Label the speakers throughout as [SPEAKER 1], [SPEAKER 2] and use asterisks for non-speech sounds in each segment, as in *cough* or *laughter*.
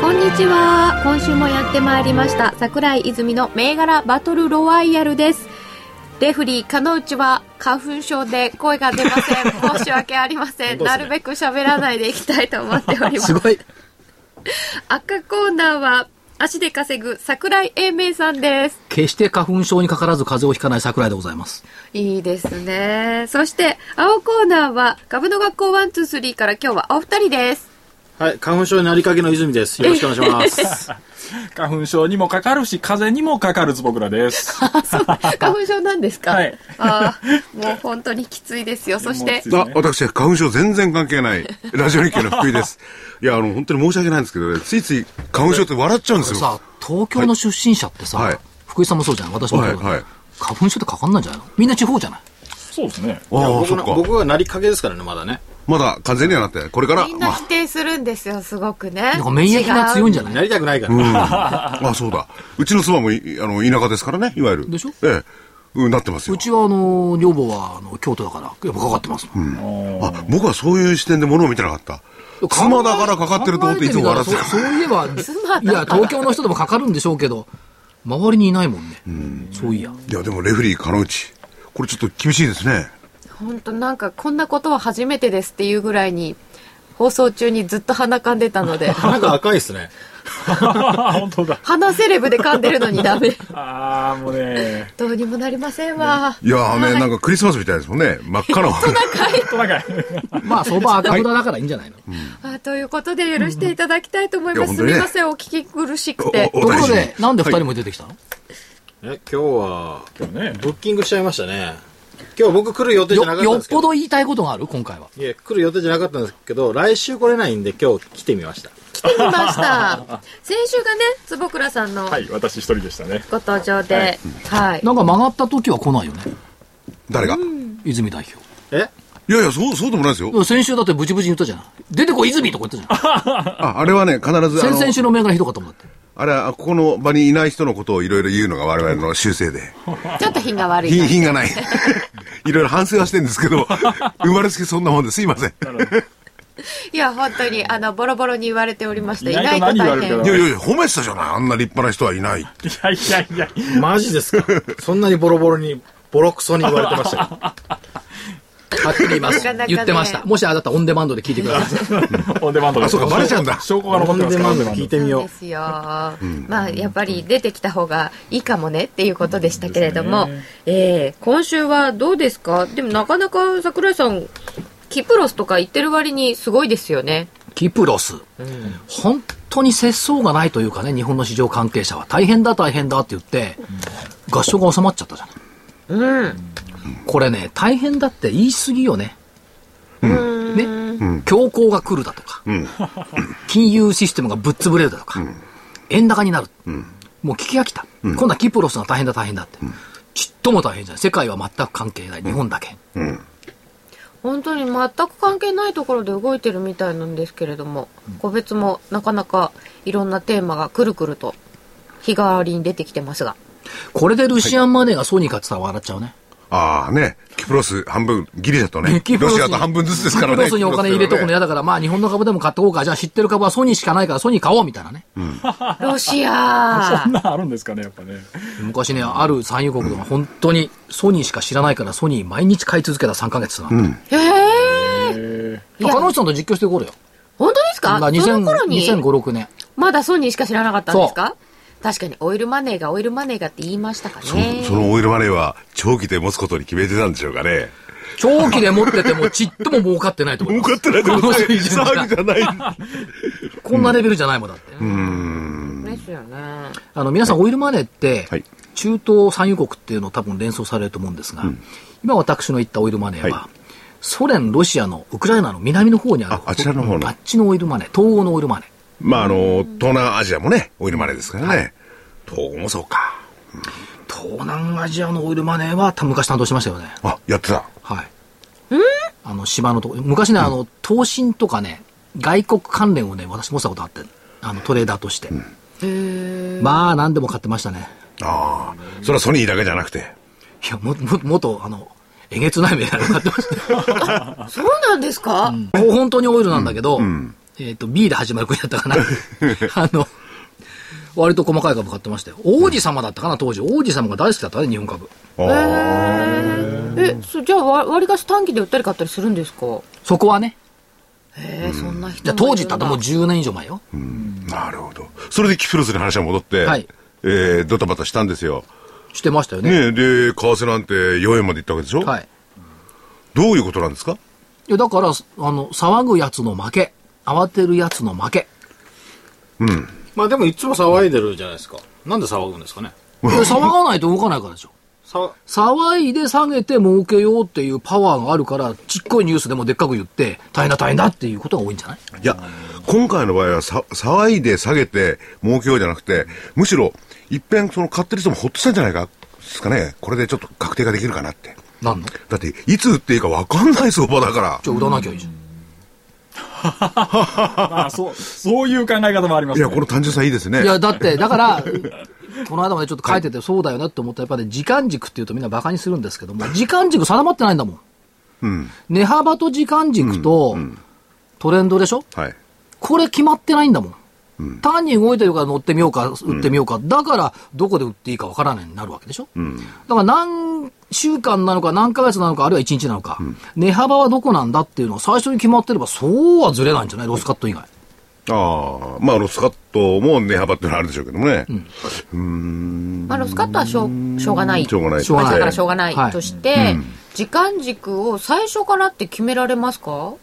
[SPEAKER 1] こんにちは。今週もやってまいりました。桜井泉の銘柄バトルロワイヤルです。レフリー、鹿之内は花粉症で声が出ません。申し訳ありません。なるべく喋らないでいきたいと思っておりますす。
[SPEAKER 2] ごい
[SPEAKER 1] 赤コーナーは足で稼ぐ桜井英明さんです。
[SPEAKER 2] 決して花粉症にかからず風邪をひかない桜井でございます
[SPEAKER 1] いいですね。そして青コーナーは株の学校123から今日はお二人です。
[SPEAKER 3] はい、花粉症になりかけの泉です。よろしくお願いします。
[SPEAKER 4] 花粉症にもかかるし、風邪にもかかるズボクラです。
[SPEAKER 1] 花粉症なんですか、
[SPEAKER 4] はい
[SPEAKER 1] ああ、もう本当にきついですよ。そして、
[SPEAKER 4] もう
[SPEAKER 5] あ、私、花粉症全然関係ない。ラジオ日経の福井です。いや、あの、本当に申し訳ないんですけどね、ついつい花粉症って笑っちゃうんです
[SPEAKER 2] さ
[SPEAKER 5] よ。
[SPEAKER 2] 東京の出身者ってさ、
[SPEAKER 5] はい
[SPEAKER 2] 福井さんもそうじゃない私もそうだけど、
[SPEAKER 5] はいはい
[SPEAKER 2] 花粉症ってかかんないんじゃないのみんな地方じゃない
[SPEAKER 4] そうですね。
[SPEAKER 3] いや
[SPEAKER 5] ああ、
[SPEAKER 3] 僕
[SPEAKER 5] そっ
[SPEAKER 3] の
[SPEAKER 5] か。
[SPEAKER 3] 僕がなりかけですからね、まだね。
[SPEAKER 5] まだ完全にはなってない。これから、
[SPEAKER 1] みん
[SPEAKER 5] ま
[SPEAKER 1] な
[SPEAKER 5] あ
[SPEAKER 1] 否定するんですよ、すごくね。
[SPEAKER 2] *laughs* なんか免疫が強いんじゃない
[SPEAKER 3] なりたくないから。、
[SPEAKER 5] うんあ、そうだ。うちの妻もい、あの、田舎ですからね、いわゆる。
[SPEAKER 2] でしょ
[SPEAKER 5] ええ。うん、なってますよ
[SPEAKER 2] う。ちはあの女房はあの京都だからやっぱかかってますもん、
[SPEAKER 5] あ、僕はそういう視点で物を見てなかった。妻だからかかってると思っていつも笑って
[SPEAKER 2] 考えみ
[SPEAKER 5] た。
[SPEAKER 2] らそうそういえばいや東京の人でもかかるんでしょうけど周りにいないもんね、そういや
[SPEAKER 5] いや、でもレフェリー、かのうち。これちょっと厳しいですね。
[SPEAKER 1] 本当なんかこんなことは初めてですっていうぐらいに、放送中にずっと鼻噛んでたの
[SPEAKER 5] *laughs*
[SPEAKER 1] で
[SPEAKER 3] 鼻が赤いで
[SPEAKER 2] *laughs*
[SPEAKER 3] すね。
[SPEAKER 4] 本当だ。
[SPEAKER 1] 鼻セレブで噛んでるのにダメ。 *laughs*
[SPEAKER 4] ああ、もうね。
[SPEAKER 1] どうにもなりませんわ。
[SPEAKER 5] いやーね、なんかクリスマスみたいですもんね。真っ赤な。
[SPEAKER 4] トナカイ。
[SPEAKER 2] まあ相場赤札だからいいんじゃないの、
[SPEAKER 1] *laughs* あということで許していただきたいと思いま
[SPEAKER 5] いや
[SPEAKER 1] す。
[SPEAKER 5] 本
[SPEAKER 1] す
[SPEAKER 5] 当に
[SPEAKER 1] み
[SPEAKER 5] ね
[SPEAKER 1] ません、お聞き苦しくて。
[SPEAKER 5] お
[SPEAKER 2] とこ
[SPEAKER 5] 大
[SPEAKER 2] ろ
[SPEAKER 5] 事に
[SPEAKER 2] でなんで二人も出てきたの、
[SPEAKER 3] え、今日は、
[SPEAKER 4] ね
[SPEAKER 3] ブッキングしちゃいましたね。今日僕来る予定じゃなか
[SPEAKER 2] よ
[SPEAKER 3] ったん
[SPEAKER 2] よ
[SPEAKER 3] で
[SPEAKER 2] っ
[SPEAKER 3] すけ
[SPEAKER 2] ぽ
[SPEAKER 3] ど。
[SPEAKER 2] ど言いたいことがある今回はい
[SPEAKER 3] や、来る予定じゃなかったんですけど、来週来れないんで今日来てみました。
[SPEAKER 1] 来てみま
[SPEAKER 5] *laughs*
[SPEAKER 1] した。先週がね、坪倉さんの
[SPEAKER 4] はい、私一人でしたね。
[SPEAKER 1] ご登場で、はい。
[SPEAKER 2] なんか曲がった時は来ないよね
[SPEAKER 5] 誰が
[SPEAKER 2] 泉代表
[SPEAKER 3] え
[SPEAKER 5] いやいや、そう、そうでもないですよ
[SPEAKER 2] で。も先週だってブチブチに言ったじゃない出てこい泉とか言った *laughs* じ
[SPEAKER 5] あ、あれはね、必ず、
[SPEAKER 2] ゃ
[SPEAKER 5] あ
[SPEAKER 2] ん先々週
[SPEAKER 5] の、
[SPEAKER 2] の銘柄ひどかったも *laughs* んだって
[SPEAKER 5] あれは、ここの場にいない人のことをいろいろ言うのが我々の習性で。
[SPEAKER 1] ちょっと品が悪い
[SPEAKER 5] 品、
[SPEAKER 1] な。
[SPEAKER 5] 品がない。 *laughs* いろいろ反省はしてるんですけ *laughs* ど、生まれつきそんなもんですいません。
[SPEAKER 1] いや、本当に、あの、ボロボロに言われておりまして、
[SPEAKER 4] い
[SPEAKER 1] い
[SPEAKER 4] な
[SPEAKER 1] ないい
[SPEAKER 4] と
[SPEAKER 1] と
[SPEAKER 4] 何言わ
[SPEAKER 1] 大
[SPEAKER 4] れる
[SPEAKER 1] 変
[SPEAKER 4] かだ。
[SPEAKER 5] いやいやいや、褒めてたじゃない。あんな立派な人はいない。
[SPEAKER 4] いやいやいや。
[SPEAKER 3] マジですかそんなにボロボロに、ボロクソに言われてましたけど
[SPEAKER 2] はっきり言います
[SPEAKER 1] なかなかね
[SPEAKER 2] 言ってましたもしあれだったらオンデマンドで聞いてください
[SPEAKER 4] オンデマンドで
[SPEAKER 5] あそうか *laughs* バレちゃうんだ
[SPEAKER 4] 証拠が残
[SPEAKER 3] ほ
[SPEAKER 4] っ
[SPEAKER 3] ん
[SPEAKER 4] てます
[SPEAKER 3] で
[SPEAKER 4] から、
[SPEAKER 3] ま
[SPEAKER 4] オン
[SPEAKER 3] ず
[SPEAKER 4] デマ
[SPEAKER 3] 聞
[SPEAKER 4] ン
[SPEAKER 3] い
[SPEAKER 4] ド。
[SPEAKER 3] てみ
[SPEAKER 1] そう
[SPEAKER 3] よ
[SPEAKER 1] ですよ。まあ、やっぱり出てきた方がいいかもねっていうことでしたけれども、えー今週はどうですかでもなかなか桜井さん、キプロスとか行ってる割にすごいですよね。
[SPEAKER 2] キプロス、本当に節操がないというかね日本の市場関係者は大変だ大変だって言って、合唱が収まっちゃったじゃない
[SPEAKER 1] うん。
[SPEAKER 2] これね大変だって言い過ぎよねね強行が来るだとか、金融システムがぶっ潰れるだとか、円高になる、もう聞き飽きた、今度はキプロスが大変だ大変だって、ちっとも大変じゃない世界は全く関係ない日本だけ、
[SPEAKER 1] 本当に全く関係ないところで動いてるみたいなんですけれども、個別もなかなかいろんなテーマがくるくると日替わりに出てきてますが。
[SPEAKER 2] これでルシアンマネーがソニーかって言ったら笑っちゃうね、
[SPEAKER 5] ああね、キプロス半分、ギリシャとね、
[SPEAKER 2] キプ
[SPEAKER 5] *laughs* ロ
[SPEAKER 2] ロス
[SPEAKER 5] シアと半分ずつですか
[SPEAKER 2] *laughs*
[SPEAKER 5] らね。
[SPEAKER 2] キプロスにお金入れとくの嫌だから、まあ日本の株でも買ってこうか、じゃあ知ってる株はソニーしかないからソニー買おうみたいなね。
[SPEAKER 1] ロシア
[SPEAKER 4] そんなあるんですかね、やっぱね。
[SPEAKER 2] 昔ね、ある産油国が本当にソニーしか知らないからソニー毎日買い続けた3ヶ月なの。
[SPEAKER 1] へえいや
[SPEAKER 2] 中野さんと実況してこうよ。
[SPEAKER 1] 本当ですか
[SPEAKER 2] まあ
[SPEAKER 1] その頃に
[SPEAKER 2] 2005、6年。
[SPEAKER 1] まだソニーしか知らなかったんですか確かにオイルマネーがオイルマネーがって言いましたか
[SPEAKER 5] そ
[SPEAKER 1] ね。
[SPEAKER 5] そのオイルマネーは長期で持つことに決めてたんでしょうかね。
[SPEAKER 2] 長期で持っててもちっとも儲かってないと思い
[SPEAKER 5] 儲
[SPEAKER 2] ます
[SPEAKER 5] かってないと思っ
[SPEAKER 2] こ
[SPEAKER 5] て、
[SPEAKER 2] の水準
[SPEAKER 5] 騒ぎじゃない。
[SPEAKER 2] こんなレベルじゃないもんだって。
[SPEAKER 1] ですよね。
[SPEAKER 2] あの、皆さん、オイルマネーって、
[SPEAKER 5] はい
[SPEAKER 2] 中東産油国っていうのを多分連想されると思うんですが、今私の言ったオイルマネーは、
[SPEAKER 5] は
[SPEAKER 2] ソ連、ロシアのウクライナの南の方にある
[SPEAKER 5] *laughs* ああちらの方の
[SPEAKER 2] あっちのオイルマネー、東欧のオイルマネー。
[SPEAKER 5] まあ、あの、東南アジアもね、オイルマネーですからね。東欧もそうか。
[SPEAKER 2] 東南アジアのオイルマネーはた昔担当してましたよね。
[SPEAKER 5] あ、やってた。
[SPEAKER 2] はい。あの、島のとこ、昔ね、あの、投信とかね、外国関連をね、私持ったことあって、あの、トレーダーとして。まあ、何でも買ってましたね。
[SPEAKER 5] ああ。それはソニーだけじゃなくて。
[SPEAKER 2] いや、も、も、元、あの、えげつない銘柄を買ってま *laughs* した。
[SPEAKER 1] そうなんですか、
[SPEAKER 2] ほ本当にオイルなんだけど、えっ、と、B で始まる国だ *laughs* ったかな。あの、割と細かい株買ってましたよ。王子様だったかな、当時。王子様が大好きだったね、日本株。
[SPEAKER 1] えそじゃあわ割りかし短期で売ったり買ったりするんですか
[SPEAKER 2] そこはね。
[SPEAKER 1] へえ、そんな人
[SPEAKER 2] で
[SPEAKER 1] も
[SPEAKER 2] 当時ってあともう
[SPEAKER 1] いるんだ
[SPEAKER 2] 10年以上前よ。
[SPEAKER 5] なるほど。それでキプロスに話は戻って、
[SPEAKER 2] はい
[SPEAKER 5] えー、ドタバタしたんですよ。
[SPEAKER 2] してましたよね。
[SPEAKER 5] ねえで、為替なんて4円まで行ったわけでしょ
[SPEAKER 2] はい。
[SPEAKER 5] どういうことなんですか
[SPEAKER 2] いや、だから、あの、騒ぐやつの負け。慌てるやつの負け。
[SPEAKER 3] まあでもいつも騒いでるじゃないですか。なんで騒ぐんですかね。
[SPEAKER 2] いや騒がないと動かないからでしょ。
[SPEAKER 3] さ
[SPEAKER 2] 騒いで下げて儲けようっていうパワーがあるから、ちっこいニュースでもでっかく言って、大変だ大変だっていうことが多いんじゃない
[SPEAKER 5] いや、今回の場合はさ、騒いで下げて儲けようじゃなくて、むしろ、一遍その買ってる人もほっとしたんじゃないか、ですかね。これでちょっと確定ができるかなって。
[SPEAKER 2] なんの
[SPEAKER 5] だって、いつ売っていいか分かんない相場だから。
[SPEAKER 2] じゃあ売らなきゃいいじゃん。
[SPEAKER 4] まあ、そう、そういう考え方もありま
[SPEAKER 5] い
[SPEAKER 4] す
[SPEAKER 5] や、
[SPEAKER 4] ね
[SPEAKER 5] こ。の単純さいいですね。
[SPEAKER 2] いや、だって、だから、この間までちょっと書いてて、そうだよなって思ったら、やっぱね、時間軸っていうとみんな馬鹿にするんですけども、時間軸定まってないんだもん。
[SPEAKER 5] うん。
[SPEAKER 2] 値幅と時間軸と、トレンドでしょ
[SPEAKER 5] はい。
[SPEAKER 2] これ決まってないんだもん。単に動いてるから乗ってみようか、売ってみようか。だから、どこで売っていいかわからないになるわけでしょ、だから何週間なのか、何ヶ月なのか、あるいは1日なのか、値幅はどこなんだっていうのを最初に決まってれば、そうはずれないんじゃないロスカット以外。
[SPEAKER 5] ああ、まあ、ロスカットも値幅っていうのはあるでしょうけどもね。
[SPEAKER 1] まあ、ロスカットはしょうしょうがない
[SPEAKER 5] しょうがない。
[SPEAKER 2] しょうがない
[SPEAKER 1] だからしょうがない、
[SPEAKER 2] はい
[SPEAKER 1] として、時間軸を最初からって決められますか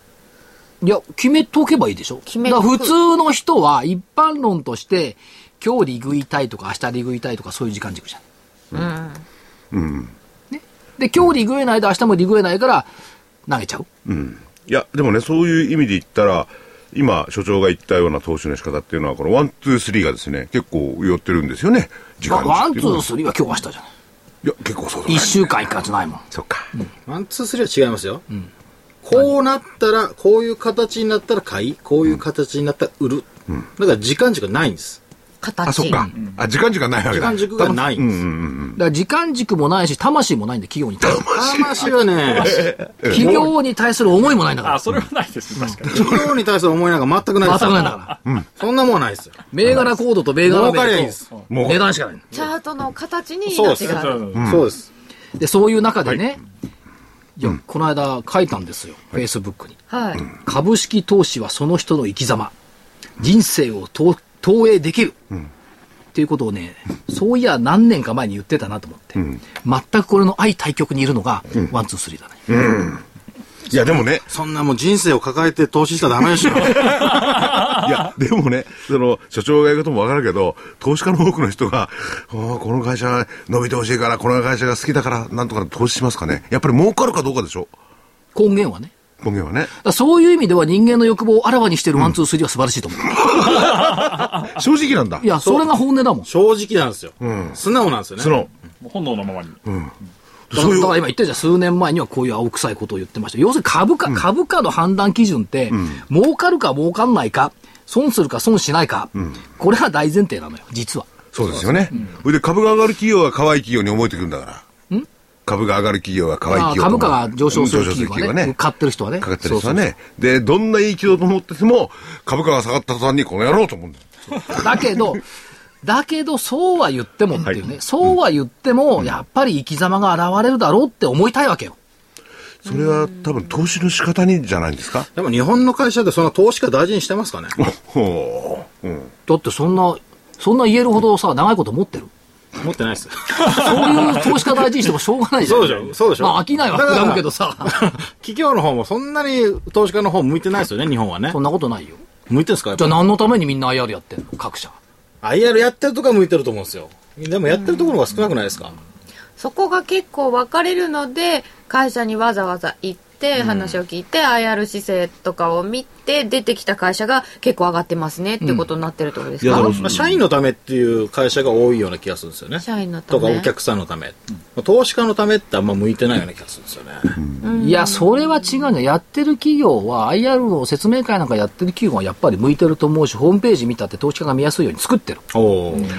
[SPEAKER 2] いや、決めとけばいいでしょ
[SPEAKER 1] 決め
[SPEAKER 2] だ
[SPEAKER 1] と
[SPEAKER 2] か
[SPEAKER 1] く
[SPEAKER 2] ら普通の人は、一般論として、今日利食いたいとか、明日利食いたいとか、そういう時間軸じゃん。
[SPEAKER 1] うん
[SPEAKER 2] で、今日利食えないで明日も利食えないから、投げちゃう。
[SPEAKER 5] いや、でもね、そういう意味で言ったら、今、所長が言ったような投資の仕方っていうのは、このワン、ツー、スリーがですね、結構寄ってるんですよね、時間
[SPEAKER 2] まあワン、ツー、
[SPEAKER 5] ー
[SPEAKER 2] スリーは今日明日じゃない。
[SPEAKER 5] いや、結構そうだ、
[SPEAKER 2] 一週間行くかじゃないもん。
[SPEAKER 5] そっか。
[SPEAKER 3] ワン、ツー、スリーは違いますよ。こうなったら、こういう形になったら買い、こういう形になったら売る。だから時間軸がないんです。
[SPEAKER 1] 形
[SPEAKER 5] あ、そっか。あ、時間軸がないわけ
[SPEAKER 3] 時
[SPEAKER 5] だ。
[SPEAKER 3] 間軸がないんです。
[SPEAKER 2] だから時間軸もないし、魂もないんで、企業に対する。
[SPEAKER 3] 話はね、
[SPEAKER 2] 企業に対する思いもないんだか
[SPEAKER 4] あ、
[SPEAKER 2] ら。
[SPEAKER 4] それはないですね。確かに。
[SPEAKER 3] 企業に対する思いなんか全くない
[SPEAKER 2] ま
[SPEAKER 3] です
[SPEAKER 2] さ
[SPEAKER 3] よ。
[SPEAKER 2] かないんだから。
[SPEAKER 3] そんなもんはないですよ。
[SPEAKER 2] 銘柄コードと銘柄
[SPEAKER 3] 儲
[SPEAKER 2] 名
[SPEAKER 3] かりゃいいんで
[SPEAKER 2] と
[SPEAKER 3] す。
[SPEAKER 5] もう
[SPEAKER 2] 値、段しかない。
[SPEAKER 1] チャートの形に
[SPEAKER 3] そうで
[SPEAKER 1] 命
[SPEAKER 3] す
[SPEAKER 1] がある
[SPEAKER 3] そうです。
[SPEAKER 2] で、そういう中でね、いや、この間書いたんですよ。Facebook に。
[SPEAKER 1] はい、
[SPEAKER 2] 株式投資はその人の生き様。人生を投投影できる。っていうことをね、そういや何年か前に言ってたなと思って。全くこれの相対極にいるのが、ワン、ツー、スリーだね。
[SPEAKER 5] いや、でもね、
[SPEAKER 3] そんなもう人生を抱えて投資したらダメでしょ。
[SPEAKER 5] いや、でもね、その、所長が言うこともわかるけど、投資家の多くの人が、あーこの会社伸びてほしいから、この会社が好きだから、なんとか投資しますかね。やっぱり儲かるかどうかでしょ
[SPEAKER 2] 根源はね。
[SPEAKER 5] 根源はね。
[SPEAKER 2] だからそういう意味では人間の欲望をあらわにしてるワン、ツー、スリーは素晴らしいと思う。
[SPEAKER 5] 正直なんだ
[SPEAKER 2] い。や、それが本音だもん。だ
[SPEAKER 3] 正直なんですよ。素直なんですよね。
[SPEAKER 5] その、
[SPEAKER 4] もう本能のままに。
[SPEAKER 2] だ
[SPEAKER 5] そういう
[SPEAKER 2] から今言ったじゃん、数年前にはこういう青臭いことを言ってました。要するに株価、株価の判断基準って、儲かるか儲かんないか、損するか損しないか、これが大前提なのよ、実は。
[SPEAKER 5] そうですよね。それで株が上がる企業は可愛い企業に思えてくるんだから。株が上がる企業は可愛い
[SPEAKER 2] まあ
[SPEAKER 5] 企業と
[SPEAKER 2] 株
[SPEAKER 5] 思
[SPEAKER 2] 価
[SPEAKER 5] う。
[SPEAKER 2] が上昇する企業
[SPEAKER 5] 上昇
[SPEAKER 2] はね、買ってる人はね。
[SPEAKER 5] かかってる人はね。で、どんないい企業と思ってても、株価が下がった途端にこの野郎と思うんだよ。
[SPEAKER 2] そうそうだけど、だけど、そうは言ってもっていうね、そうは言っても、やっぱり生き様が現れるだろうって思いたいわけよ。
[SPEAKER 5] それは多分投資の仕方にじゃないんですか
[SPEAKER 3] でも日本の会社でそんな投資家大事にしてますかね
[SPEAKER 5] ほう。うん。
[SPEAKER 2] だってそんな、そんな言えるほどさ、長いこと持ってる
[SPEAKER 3] 持ってないですよ。
[SPEAKER 2] そういう投資家大事にしてもしょうがないじゃん。
[SPEAKER 3] そうでしょそうでしょ
[SPEAKER 2] まあ、飽きないは膨らむけどさ。 *laughs*
[SPEAKER 3] *laughs* 企業の方もそんなに投資家の方向いてないですよね、日本はね
[SPEAKER 2] そ。んなことないよ。
[SPEAKER 3] 向いてるんですかやっ
[SPEAKER 2] じ
[SPEAKER 3] ぱ
[SPEAKER 2] ゃあ何のためにみんな IR やってんの各社。
[SPEAKER 3] IR やってるとこは向いてると思うんですよ。でもやってるところが少なくないですか、
[SPEAKER 1] そこが結構分かれるので会社にわざわざ行っって話を聞いて、IR 姿勢とかを見て出てきた会社が結構上がってますねっていうことになってるってことです
[SPEAKER 5] いや
[SPEAKER 1] か、
[SPEAKER 5] だから
[SPEAKER 3] まあ、社員のためっていう会社が多いような気がするんですよね。
[SPEAKER 1] 社員のため
[SPEAKER 3] とかお客さんのため。投資家のためってあんま向いてないような気がするんですよね。
[SPEAKER 2] いや、それは違うね。やってる企業は、IR の説明会なんかやってる企業はやっぱり向いてると思うし、ホームページ見たって投資家が見やすいように作ってる。
[SPEAKER 3] おー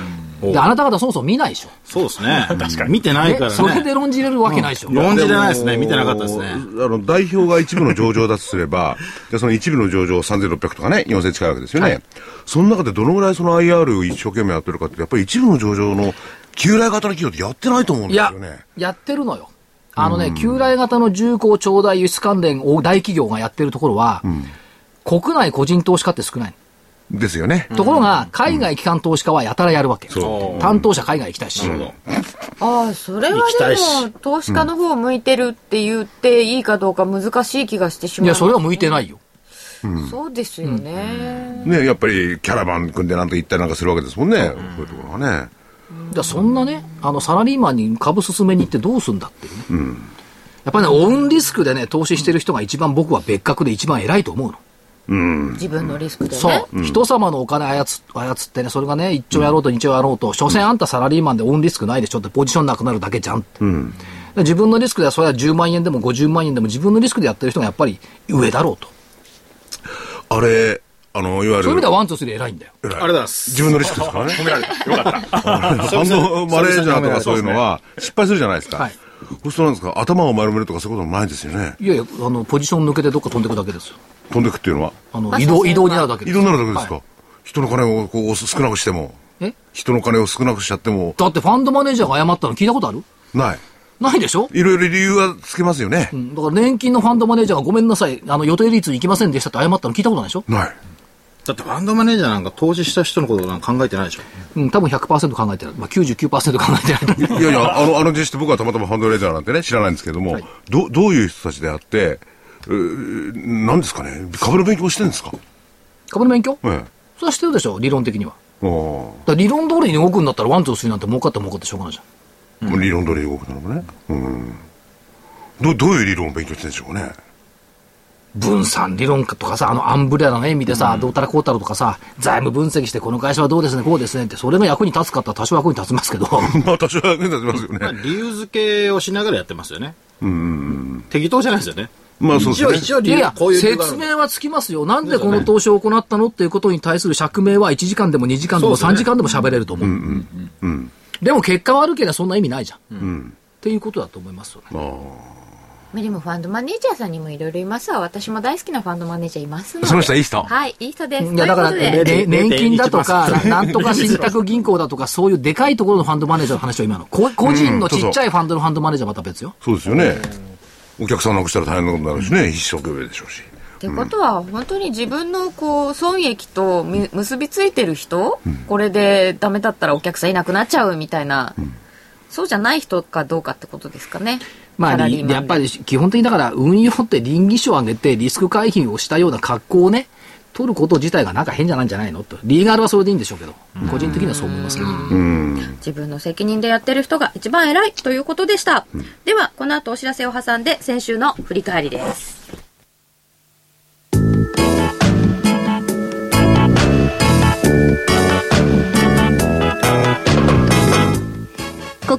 [SPEAKER 2] で、
[SPEAKER 3] おー
[SPEAKER 2] あなた方そもそも見ないでしょ。
[SPEAKER 3] そうですね。 *laughs* 確かに。見てないか
[SPEAKER 2] ね、そ
[SPEAKER 3] ら
[SPEAKER 2] れで
[SPEAKER 3] ね。
[SPEAKER 2] 論じれるわけないでしょ。
[SPEAKER 3] 論じ
[SPEAKER 5] じ
[SPEAKER 3] れ
[SPEAKER 5] ゃ
[SPEAKER 3] ないですね。見てなかったですね。
[SPEAKER 5] あの、代表が一部の上場だとすれば、 *laughs* じゃあその一部の上場3600とかね、4000近いわけですよね。その中でどのぐらいその IR を一生懸命やってるかって、やっぱり一部の上場の旧来型の企業ってやってないと思うん
[SPEAKER 2] い
[SPEAKER 5] です
[SPEAKER 2] や
[SPEAKER 5] よね。、
[SPEAKER 2] やってるのよ。あのね、旧来型の重工、長大、輸出関連を大企業がやってるところは、国内個人投資家って少ない。
[SPEAKER 5] ですよね。
[SPEAKER 2] ところが、海外機関投資家はやたらやるわけ。
[SPEAKER 5] そ
[SPEAKER 2] 担当者海外行きたいし。
[SPEAKER 1] ああそれは
[SPEAKER 3] 行きたい
[SPEAKER 1] で
[SPEAKER 3] し
[SPEAKER 1] も投資家の方向いてるって言っていいかどうか難しい気がしてしまう
[SPEAKER 2] いや、それは向いてないよ。
[SPEAKER 1] そうですよね、
[SPEAKER 5] ね、やっぱりキャラバン組んでなんと行ったりなんかするわけですもんね。そういうところはね。
[SPEAKER 2] じゃあそんなね、あのサラリーマンに株進めに行ってどうすんだっていうね。やっぱりね、オンリスクでね、投資してる人が一番僕は別格で一番偉いと思うの。
[SPEAKER 1] 自分のリスクでね
[SPEAKER 2] そう。人様のお金操操ってね、それがね、1兆やろうと2兆やろうと、所詮あんたサラリーマンでオンリスクないでしょってポジションなくなるだけじゃんって。で自分のリスクではそれは10万円でも50万円でも自分のリスクでやってる人がやっぱり上だろうと。
[SPEAKER 5] あれ、あの、いわゆ
[SPEAKER 2] そう
[SPEAKER 5] る。
[SPEAKER 2] いう意味ではワン、ツー、スリー偉いんだよ。
[SPEAKER 5] 偉
[SPEAKER 3] あ
[SPEAKER 5] い
[SPEAKER 3] りがとうございます
[SPEAKER 5] 自分のリスクですからね。褒められた。よか *laughs* った。バンドマネージャーとかそういうのは失敗するじゃないですか。
[SPEAKER 2] はい
[SPEAKER 5] そうするとなんですか、頭を丸めるとかそういうこともないですよね。
[SPEAKER 2] いやいや、あの、ポジション抜けてどっか飛んでくだけですよ。
[SPEAKER 5] 飛んでくっていうのは。
[SPEAKER 2] あの、移動、移動になるだけです。
[SPEAKER 5] 移動になるだけですか、
[SPEAKER 2] は
[SPEAKER 5] 人の金をこう少なくしても、
[SPEAKER 2] いえ
[SPEAKER 5] 人の金を少なくしちゃっても、
[SPEAKER 2] だってファンドマネージャーが謝ったの聞いたことある
[SPEAKER 5] ない。
[SPEAKER 2] ないでしょ
[SPEAKER 5] いろいろ理由はつけますよね
[SPEAKER 2] う。んだから年金のファンドマネージャーがごめんなさい、あの予定率行きませんでしたって謝ったの聞いたことないでしょ
[SPEAKER 5] ない。
[SPEAKER 3] だってバンドマネージャーなんか投資した人のことなんか考えてないでしょ。
[SPEAKER 2] うん、多分100%考えてない。まあ、99%考えてないと思う。
[SPEAKER 5] *laughs* いやいや、あの、あの実施って僕はたまたまハンドレーザーなんてね、知らないんですけども、ど、どういう人たちであって、うーなんですかね、株の勉強してるんですか
[SPEAKER 2] 株の勉強
[SPEAKER 5] え
[SPEAKER 2] それは知ってるでしょ理論的には。
[SPEAKER 5] え。お
[SPEAKER 2] だから理論通りに動くんだったらワンツースリーなんて儲かった儲かってしょうがないじゃん。
[SPEAKER 5] 理論通りに動くなのもね。うん。ど、どういう理論を勉強してるんでしょうかね。 *laughs*
[SPEAKER 2] 分散理論かとかさ、あのアンブレラの意味でさ、どうたらこうたらとかさ、財務分析してこの会社はどうですね、こうですねって、それが役に立つかって言ったら多少役に立ちますけど、
[SPEAKER 5] まあ、私は役に立ちますよ
[SPEAKER 3] まあ
[SPEAKER 5] ね。
[SPEAKER 3] 理由付けをしながらやってますよね。適当じゃないですよね。
[SPEAKER 5] まあ、そうで
[SPEAKER 3] 一
[SPEAKER 5] すね
[SPEAKER 3] 応、。一応
[SPEAKER 2] い
[SPEAKER 3] 理
[SPEAKER 2] やい
[SPEAKER 3] 由
[SPEAKER 2] や、、
[SPEAKER 3] こういう理由があ
[SPEAKER 2] 説
[SPEAKER 3] る
[SPEAKER 2] 明はつきますよ。なんでこの投資を行ったのっていうことに対する釈明は1時間でも2時間でも
[SPEAKER 3] そ
[SPEAKER 2] 3
[SPEAKER 3] うですね
[SPEAKER 2] 時間でも喋れると思う。でも結果悪ければそんな意味ないじゃん。っていうことだと思いますよね。
[SPEAKER 1] まあでもファンドマネージャーさんにもいろいろいますわ私も大好きなファンドマネージャーいますので
[SPEAKER 5] その人はいい人
[SPEAKER 1] はいいい人です
[SPEAKER 2] いやだから、
[SPEAKER 1] ということで
[SPEAKER 2] ね
[SPEAKER 3] 0.1%
[SPEAKER 2] 年金だとか、ななんとか信託銀行だとか、そういうでかいところのファンドマネージャーの話は今の。こ個人のちっちゃいファンドのファンドマネージャーはまた別よ。
[SPEAKER 5] そうですよね。お客さんなくしたら大変なことになるしね、一生懸命でしょうし。
[SPEAKER 1] ってことは本当に自分のこう損益とみ結びついてる人、これでダメだったらお客さんいなくなっちゃうみたいな、そうじゃない人かどうかってことですかね。
[SPEAKER 2] まあ、
[SPEAKER 1] サラリ
[SPEAKER 2] り
[SPEAKER 1] ーマンで
[SPEAKER 2] やっぱり基本的にだから、運用って倫理書を上げてリスク回避をしたような格好をね、取ること自体がなんか変じゃないんじゃないのと。リーガルはそれでいいんでしょうけど、個人的にはそう思いますけど。
[SPEAKER 1] 自分の責任でやってる人が一番偉いということでした。ではこの後お知らせを挟んで先週の振り返りです。
[SPEAKER 6] こ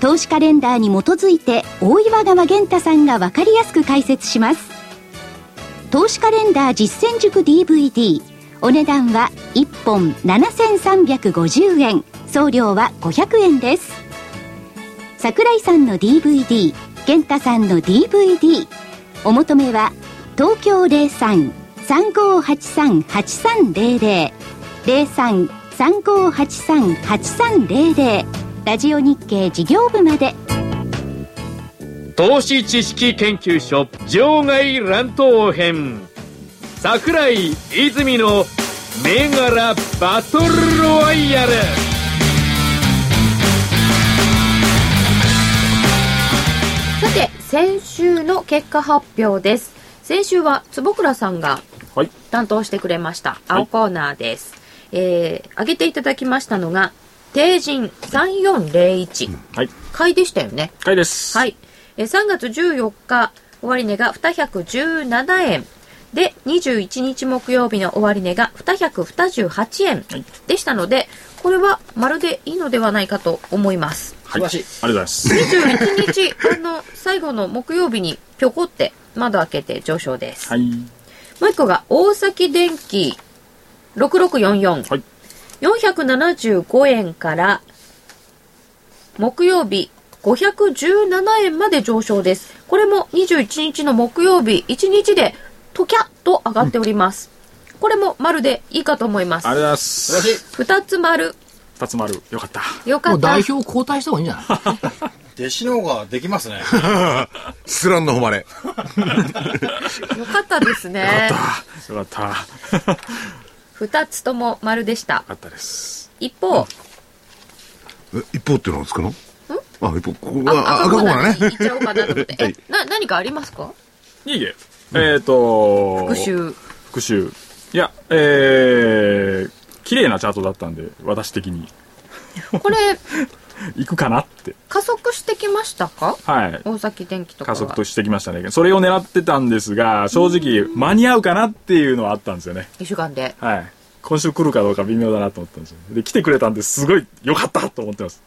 [SPEAKER 6] 投資カレンダーに基づいて大岩川源太さんが分かりやすく解説します投資カレンダー実践塾 DVD お値段は1本7350円送料は500円です桜井さんの DVD 健太さんの DVD お求めは東京03-3583-8300 03-3583-8300ラジオ日経事業部まで
[SPEAKER 7] 投資知識研究所場外乱闘編桜井泉の銘柄バトルロワイヤル
[SPEAKER 1] さて先週の結果発表です先週は坪倉さんが
[SPEAKER 4] はい
[SPEAKER 1] 担当してくれました
[SPEAKER 4] い
[SPEAKER 1] 青コーナーです、えー、挙げていただきましたのが定人3401
[SPEAKER 4] はい
[SPEAKER 1] 買いでしたよね
[SPEAKER 4] 回です
[SPEAKER 1] はい。えー3月14日、終値が217円。で、21日木曜日の終値が228円
[SPEAKER 4] はい
[SPEAKER 1] でしたので、これはまるでいいのではないかと思います。
[SPEAKER 4] はいありがとうございます
[SPEAKER 1] 21日、あの、最後の木曜日にぴょこって窓開けて上昇です。
[SPEAKER 4] はい
[SPEAKER 1] もう一個が、大崎電機6644。
[SPEAKER 4] はい
[SPEAKER 1] 475円から、木曜日、517円まで上昇です。これも21日の木曜日、1日で、ときゃっと上がっております。これも丸でいいかと思います
[SPEAKER 4] ありがとうござい。ま
[SPEAKER 3] 私、
[SPEAKER 4] す
[SPEAKER 1] 二つ丸。
[SPEAKER 4] 二つ丸よかった
[SPEAKER 1] よか
[SPEAKER 2] も
[SPEAKER 1] っ
[SPEAKER 2] う
[SPEAKER 1] た。
[SPEAKER 2] 代表交代した方がいいんじゃない
[SPEAKER 3] 弟子の方ができますね。
[SPEAKER 5] スランの誉れ。
[SPEAKER 1] よかったですね。
[SPEAKER 4] よかったよ
[SPEAKER 1] 二つとも丸でした。
[SPEAKER 4] かったです
[SPEAKER 1] 一方、
[SPEAKER 5] え一方っていうのがつくのあ、一方、ここ
[SPEAKER 1] あ
[SPEAKER 5] が、あ赤コーナー
[SPEAKER 1] に *laughs* 行っ
[SPEAKER 5] ね。
[SPEAKER 1] ちゃおうかなと思って。
[SPEAKER 5] は
[SPEAKER 1] え
[SPEAKER 5] い、
[SPEAKER 1] な、何かありますか
[SPEAKER 4] いいええっと
[SPEAKER 1] 復習。
[SPEAKER 4] 復習いやえー綺麗なチャートだったんで私的に *laughs*
[SPEAKER 1] これ、
[SPEAKER 4] 行くかなって
[SPEAKER 1] 加速してきましたか
[SPEAKER 4] はい
[SPEAKER 1] 大崎電機とか
[SPEAKER 4] 加
[SPEAKER 1] は
[SPEAKER 4] 速としてきましたねそれを狙ってたんですが正直間に合うかなっていうのはあったんですよね
[SPEAKER 1] 一週間で
[SPEAKER 4] はい今週来るかどうか微妙だなと思ったんですよで来てくれたんですごい良かったと思ってます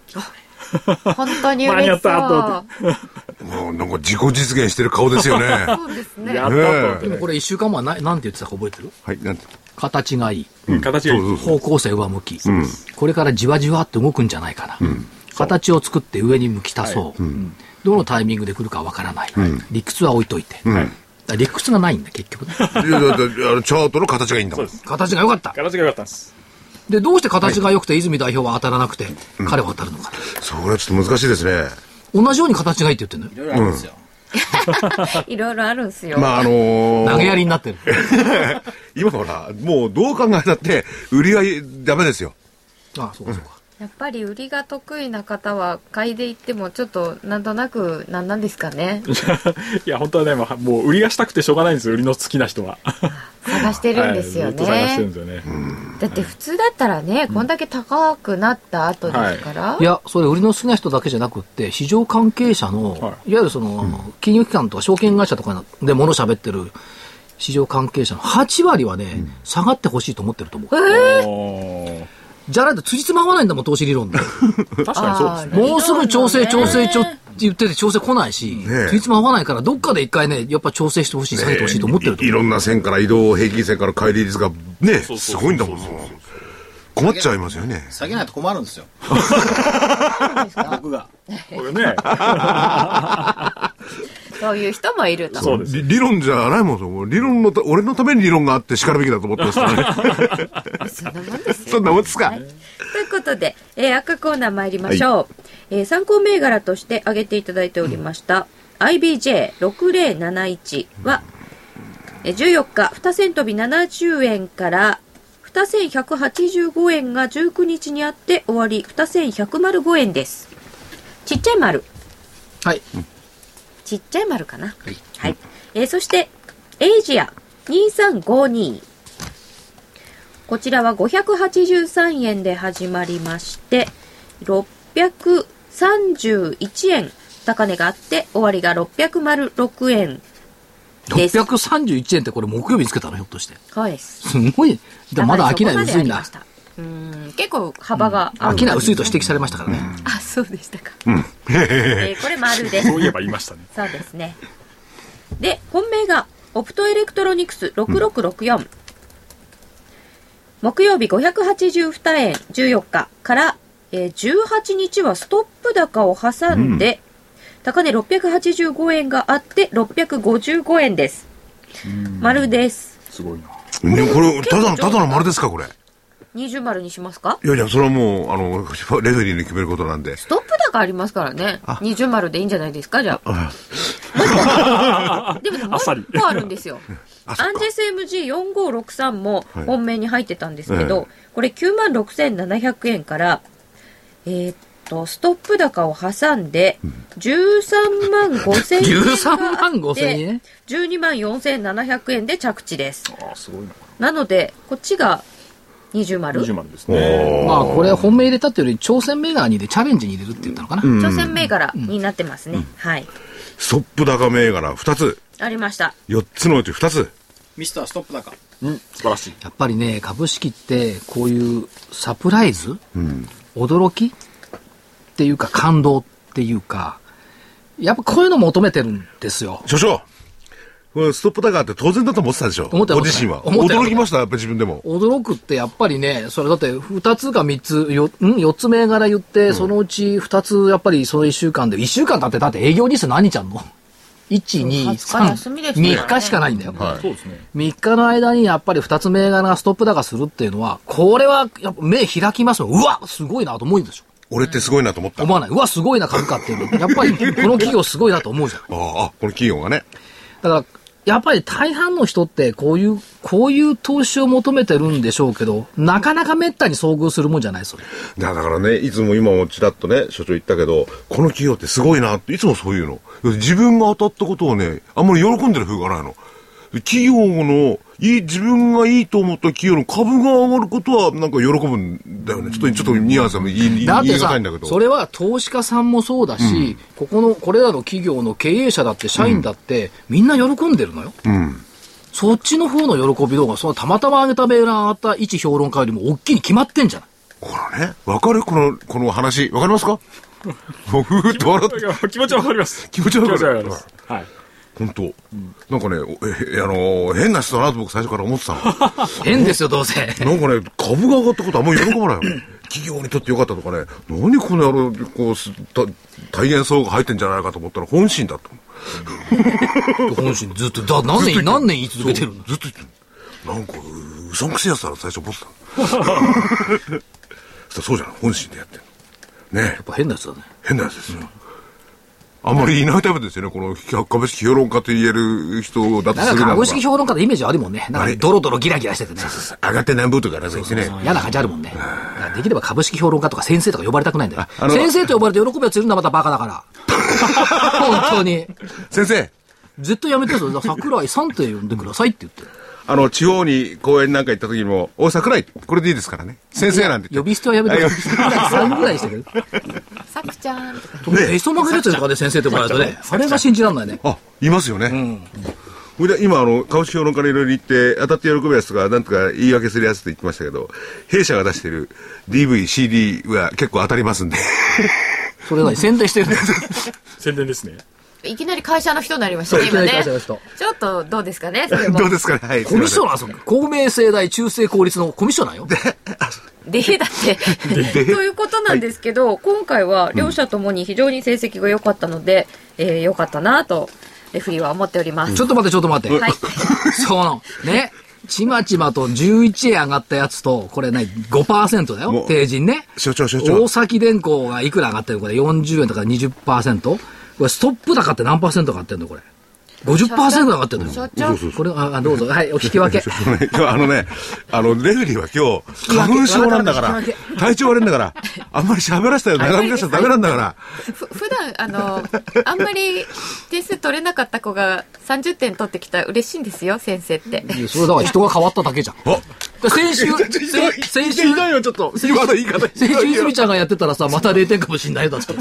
[SPEAKER 1] 本当に
[SPEAKER 4] 間に合
[SPEAKER 1] 嬉し
[SPEAKER 4] っ
[SPEAKER 1] そう
[SPEAKER 4] たと思っ
[SPEAKER 5] もうなんか自己実現してる顔です
[SPEAKER 2] *laughs*
[SPEAKER 5] よね。は
[SPEAKER 1] そうですね
[SPEAKER 4] やったと思って
[SPEAKER 2] でもこれ一週間前ななんて言ってたか覚えてる
[SPEAKER 5] い、なんて。
[SPEAKER 2] 形がいい。
[SPEAKER 4] うん形がいい
[SPEAKER 5] そうそ
[SPEAKER 2] 方
[SPEAKER 5] う
[SPEAKER 2] 向性上向き、これからじわじわって動くんじゃないかな、形を作って上に向きたそう、どのタイミングで来るかわからない、理屈は置いといて、だから理屈がないんだ結局ね
[SPEAKER 5] そう。いや、だって、あのチャートの形がいいんだもん。
[SPEAKER 2] 形が良かった
[SPEAKER 4] 形が良かったんです *laughs*
[SPEAKER 2] でどうして形が良くて泉代表は当たらなくて、彼は当たるのかな
[SPEAKER 5] それはちょっと難しいですね。
[SPEAKER 2] 同じように形がいいって言ってるのよ
[SPEAKER 3] いろいろあるんですよ。
[SPEAKER 1] いろいろあるんすよ、
[SPEAKER 5] まあ、あのー
[SPEAKER 2] 投げやりになって *laughs* る
[SPEAKER 5] 今ほら、もうどう考えたって、売りはダメですよ。
[SPEAKER 2] ああそうかそうか、
[SPEAKER 1] やっぱり売りが得意な方は買いで行ってもちょっとなんとなくなんなんですかね
[SPEAKER 4] いや本当はねまあもう売りがしたくてしょうがないんですよ売りの好きな人は
[SPEAKER 1] 探してるんですよ
[SPEAKER 4] はいずっと探してるん
[SPEAKER 1] ね
[SPEAKER 4] ですよね
[SPEAKER 1] だって普通だったらねこんだけ高くなった後ですから
[SPEAKER 2] いや、それ売りの好きな人だけじゃなくって、市場関係者の、い、わゆるその、金融機関とか証券会社とかで物喋ってる市場関係者の8割はね、下がってほしいと思ってると思う。
[SPEAKER 4] お
[SPEAKER 2] じゃないと辻褄 *laughs* 合わないんだもん、投資理論で。
[SPEAKER 4] ー確かにそうですね
[SPEAKER 2] もうすぐ調整、調整、調
[SPEAKER 1] 整
[SPEAKER 2] って言ってて調整来ないし、
[SPEAKER 5] ねえ
[SPEAKER 2] 辻褄合わないから、どっかで一回ね、やっぱ調整してほしい、下げてほしいと思ってると
[SPEAKER 5] いい
[SPEAKER 2] 思う。
[SPEAKER 5] ろんな線から移動平均線から乖離率がね、すごいんだもん。困っちゃいますよね。
[SPEAKER 3] 下げないと困るんですよ。僕が。
[SPEAKER 4] これね
[SPEAKER 1] そういう人もいると
[SPEAKER 4] そうです
[SPEAKER 5] 理理論じゃないもんそうもう理論のた、俺のために理論があって叱るべきだと思ってますからね。
[SPEAKER 1] そんなもんですよ
[SPEAKER 5] そんなもんですか。
[SPEAKER 1] ということで、えー赤コーナー参りましょう、えー参考銘柄として挙げていただいておりました、IBJ6071 は、えー14日2千飛び70円から2185円が19日にあって終わり2105円ですちっちゃい丸
[SPEAKER 2] はい。
[SPEAKER 1] ちっちゃい丸かな。はい。えーそして、エイジア2352。こちらは583円で始まりまして、631円高値があって、終わりが606円です。
[SPEAKER 2] 631円ってこれ木曜日につけたの、ひょっとして。
[SPEAKER 1] そうです。
[SPEAKER 2] すごい。でもまだ飽きない薄いん
[SPEAKER 1] だ
[SPEAKER 2] だ
[SPEAKER 1] か。らそこまでありました。うーん、結構幅がある
[SPEAKER 2] 飽きない薄いと指摘されましたからね。
[SPEAKER 1] あ、そうでしたか。えーこれ丸です。
[SPEAKER 4] そういえば言いましたね
[SPEAKER 1] そうですね。で、本命が、オプトエレクトロニクス6664。木曜日582円14日から、えー18日はストップ高を挟んで、高値685円があって655円です。丸です。
[SPEAKER 4] すごいな。
[SPEAKER 5] ね、これ、ただの、
[SPEAKER 1] 結構
[SPEAKER 5] ただの丸ですか、これ。い
[SPEAKER 1] 二重丸にしますか
[SPEAKER 5] やいや、それはもう、あの、レフェリーに決めることなんで。
[SPEAKER 1] ストップ高ありますからね。二重丸でいいんじゃないですかじゃあ。でもね、もう
[SPEAKER 4] あっさり
[SPEAKER 1] 一個あるんですよ。
[SPEAKER 5] *laughs* あ、そっ
[SPEAKER 1] アン
[SPEAKER 5] か
[SPEAKER 1] ジェス MG4563 も
[SPEAKER 5] はい
[SPEAKER 1] 本命に入ってたんですけど、
[SPEAKER 5] え
[SPEAKER 1] これ96,700円から、えーっと、ストップ高を挟んで、13万5000円が
[SPEAKER 4] *laughs*
[SPEAKER 1] あ
[SPEAKER 2] 13
[SPEAKER 1] って。
[SPEAKER 2] 万5000円
[SPEAKER 1] 12万4700円で着地です。
[SPEAKER 4] ああ、すごい
[SPEAKER 1] な
[SPEAKER 4] な。
[SPEAKER 1] ので、こっちが20丸。
[SPEAKER 4] 20万ですね。
[SPEAKER 2] まあこれ本命入れたっていうより挑戦銘柄にでチャレンジに入れるって言ったのかな、
[SPEAKER 1] 挑戦銘柄になってますね。はい。
[SPEAKER 5] ストップ高銘柄2つ。
[SPEAKER 1] ありました。
[SPEAKER 5] 4つのうち2つ。
[SPEAKER 3] ミスターストップ高。
[SPEAKER 4] うん、素晴らしい。
[SPEAKER 2] やっぱりね株式ってこういうサプライズ、驚きっていうか感動っていうかやっぱこういうの求めてるんですよ
[SPEAKER 5] 所長これストップ高って当然だと思ってたでしょ
[SPEAKER 2] 思ってた
[SPEAKER 5] ご自身は。
[SPEAKER 2] 思ってた
[SPEAKER 5] 驚きました、やっぱり自分でも。
[SPEAKER 2] 驚くってやっぱりね、それだって2つか3つ、よん4つ銘柄言って、そのうち2つやっぱりその1週間で、1週間経ってだって営業日数何ちゃんの ?1、2、
[SPEAKER 1] 20日休
[SPEAKER 2] 3、
[SPEAKER 1] みですからね
[SPEAKER 2] 3日しかないんだよ。
[SPEAKER 5] はい
[SPEAKER 4] そうですね。
[SPEAKER 2] 3日の間にやっぱり2つ銘柄がストップ高するっていうのは、これはやっぱ目開きますよ。うわすごいなと思うでしょ。
[SPEAKER 5] 俺ってすごいなと思った。
[SPEAKER 2] 思わないうわすごいな株価っていうのやっぱりこの企業すごいなと思うじゃない。
[SPEAKER 5] あああ、この企業がね。
[SPEAKER 2] だから、やっぱり大半の人ってこういう、こういう投資を求めてるんでしょうけど、なかなか滅多に遭遇するもんじゃない、それ。
[SPEAKER 5] いやだからね、いつも今もちらっとね、所長言ったけど、この企業ってすごいなって、いつもそういうの。自分が当たったことをね、あんまり喜んでる風がないの。企業の、いい、自分がいいと思った企業の株が上がることは、なんか喜ぶんだよね。ちょっと、ちょっとニュアンスは言い、言い
[SPEAKER 2] だって
[SPEAKER 5] 言い難
[SPEAKER 2] さ
[SPEAKER 5] いんだけど。
[SPEAKER 2] それは投資家さんもそうだし、ここの、これらの企業の経営者だって、社員だって、みんな喜んでるのよ。そっちの方の喜び動画、そのたまたま上げた銘柄上がった一評論家よりも大きいに決まってんじゃない。
[SPEAKER 5] このね、わかるこの、この話。わかりますかもう、ふーっと笑って。
[SPEAKER 4] 気持ちはわかります。
[SPEAKER 5] 気持ちはわか
[SPEAKER 4] 気持
[SPEAKER 5] る
[SPEAKER 4] ちはわかります。はい。
[SPEAKER 5] 本当、なんかね、おええあのー変な人だなと僕最初から思ってたの。
[SPEAKER 2] 変ですよ、どうせ。
[SPEAKER 5] なんかね、株が上がったことあんまり喜ばないの。企業にとってよかったとかね、何この野郎、こうす、た大変層が入ってんじゃないかと思ったら本心だと思
[SPEAKER 2] *laughs*
[SPEAKER 5] う。
[SPEAKER 2] 本心ずっと、だ、何年、何年言い続けてるの
[SPEAKER 5] ずっと言ってるなんか、ううさんくせえやつだなと最初思ってたの。そしたらそうじゃない、本心でやってるの。ねえ
[SPEAKER 2] やっぱ変なやつだね。
[SPEAKER 5] 変なやつですよ。あんまりいないタイプですよね、この株式評論家と言える人だと
[SPEAKER 2] な
[SPEAKER 5] する
[SPEAKER 2] んか
[SPEAKER 5] ならば
[SPEAKER 2] 株式評論家のイメージあるもんね。なんかドロドロギラギラしててね。
[SPEAKER 5] 上がってなんぼとかなんか言ってね。
[SPEAKER 2] 嫌な感じあるもんね。だからできれば株式評論家とか先生とか呼ばれたくないんだよ。
[SPEAKER 5] あの
[SPEAKER 2] 先生と呼ばれて喜ぶやついるんだ、またバカだ
[SPEAKER 5] *laughs*
[SPEAKER 2] から。本当に。
[SPEAKER 5] 先生
[SPEAKER 2] 絶対やめてよ。桜井さんって呼んでくださいって言ってる。
[SPEAKER 5] あの、地方に公園なんか行った時にも、お、桜井、これでいいですからね。先生なんて
[SPEAKER 2] 呼
[SPEAKER 5] 言って。
[SPEAKER 2] び捨てはやめて
[SPEAKER 5] あ
[SPEAKER 2] よ。
[SPEAKER 5] 呼び捨て
[SPEAKER 2] 桜
[SPEAKER 5] *laughs*
[SPEAKER 2] 井さんぐらいにしてくれる。
[SPEAKER 1] さくちゃんとか。
[SPEAKER 2] 特にへそ曲げるやつとかで先生と呼ばれるとね。あれが信じらんないね。
[SPEAKER 5] あ、いますよね。それで今、あの、株式評論家のいろいろ言って、当たって喜ぶやつとか、なんとか言い訳するやつって言ってましたけど、弊社が出してる DV、CD は結構当たりますんで。
[SPEAKER 2] それなりに宣伝して
[SPEAKER 5] *laughs*
[SPEAKER 2] る。
[SPEAKER 4] 宣伝ですね。
[SPEAKER 1] いきなり会社の人になりましたね、今
[SPEAKER 2] いきなり
[SPEAKER 1] ね。
[SPEAKER 2] 会社の
[SPEAKER 1] ちょ
[SPEAKER 2] 人
[SPEAKER 1] っとどうですかね、それも
[SPEAKER 5] どう。ですかねはい。
[SPEAKER 2] コミッショナーさん。公明正大中正公立のコミッショナーよ。
[SPEAKER 1] で、だって。 *laughs* ということなんですけど、今回は両者ともに非常に成績が良かったので、えー良かったなと、レフリーは思っております。
[SPEAKER 2] ちょっと待って、ちょっと待って。
[SPEAKER 1] はい。
[SPEAKER 2] *laughs* その、ね。ちまちまと11円上がったやつと、これね、5%だよ
[SPEAKER 5] も。う
[SPEAKER 2] 定人ね。
[SPEAKER 5] 所長所長
[SPEAKER 2] 大崎電工がいくら上がってるのこれ40円だから 20%? これストップ高って何パーセント上がってんのこれ。50%上がってんの
[SPEAKER 1] 所
[SPEAKER 2] よ。
[SPEAKER 1] 長、
[SPEAKER 2] これ、あ、あどうぞ。はい、お引き分
[SPEAKER 5] *laughs*
[SPEAKER 2] け。
[SPEAKER 5] あのねあのね、あの、レフェリーは今日、
[SPEAKER 2] き分け
[SPEAKER 5] 花粉症なんだから
[SPEAKER 2] 引き分、
[SPEAKER 5] 体調悪いんだから、あんまり喋らせたら長引かせたらダメなんだから。
[SPEAKER 1] ふ普段、あの、あんまり点数取れなかった子が30点取ってきたら嬉しいんですよ、先生って。
[SPEAKER 2] いやそれだから人が変わっただけじゃん。
[SPEAKER 5] あ
[SPEAKER 2] で先
[SPEAKER 5] *laughs*
[SPEAKER 2] 週、先先週、
[SPEAKER 5] よ、ちょっと。今の言い方。
[SPEAKER 2] 先週、泉ちゃんがやってたらさ、また0点かもしんないよ。だって。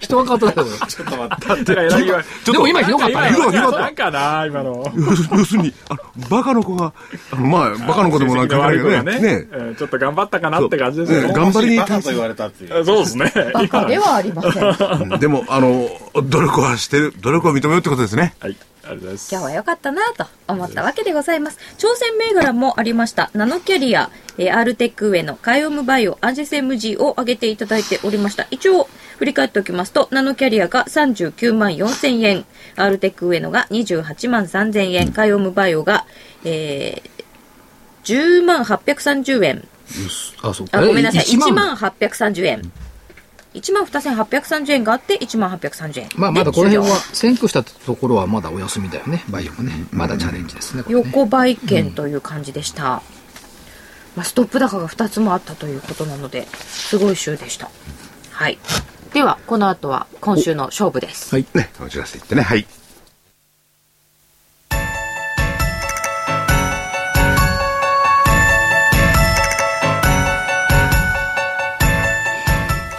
[SPEAKER 2] 人が変わっただけだよ。
[SPEAKER 4] だってら偉いわ。
[SPEAKER 2] でも今ひどかったね。
[SPEAKER 5] 今ひどかった
[SPEAKER 4] なんかな、今の。
[SPEAKER 5] 要す要するに、あのバカの子が、あのまあ、バカの子でもなんか
[SPEAKER 4] 悪い
[SPEAKER 5] け
[SPEAKER 4] 子
[SPEAKER 5] ど
[SPEAKER 4] がね
[SPEAKER 5] ね。ね。
[SPEAKER 4] うんちょっと頑張ったかなって感じですよ
[SPEAKER 5] ね
[SPEAKER 4] ね。
[SPEAKER 5] 頑張りに
[SPEAKER 3] バカと言われたっていう。
[SPEAKER 4] そうです *laughs* ね。今
[SPEAKER 1] ではありません。今
[SPEAKER 5] でも、あの、努力はしてる、努力を認めようってことですね。
[SPEAKER 4] はい、ありがとうございます。
[SPEAKER 1] 日は良かったなと思ったわけでございます。挑戦銘柄もありました。ナノキャリア、えー、アールテック上のカイオムバイオ、アンジェセムジーを挙げていただいておりました。一応、振り返っておきますと、ナノキャリアが39万4000円、アールテック上野が28万3000円、カイオムバイオが、えー、10万830円、
[SPEAKER 2] あ、そう
[SPEAKER 1] あ、ごめんなさい。
[SPEAKER 2] え一
[SPEAKER 1] 1万830円。1万2830円があって、1万830円。
[SPEAKER 2] まあ、
[SPEAKER 1] で
[SPEAKER 2] まだこの辺
[SPEAKER 1] 終
[SPEAKER 2] は
[SPEAKER 1] 了、
[SPEAKER 2] 選挙したところはまだお休みだよね、バイオもね。まだチャレンジですね、これね
[SPEAKER 1] 横ばい券という感じでした。まあ、ストップ高が2つもあったということなので、すごい週でした。はい。では、この後は今週の勝負です。
[SPEAKER 2] はい。
[SPEAKER 5] ね、お知らせいってね。はい。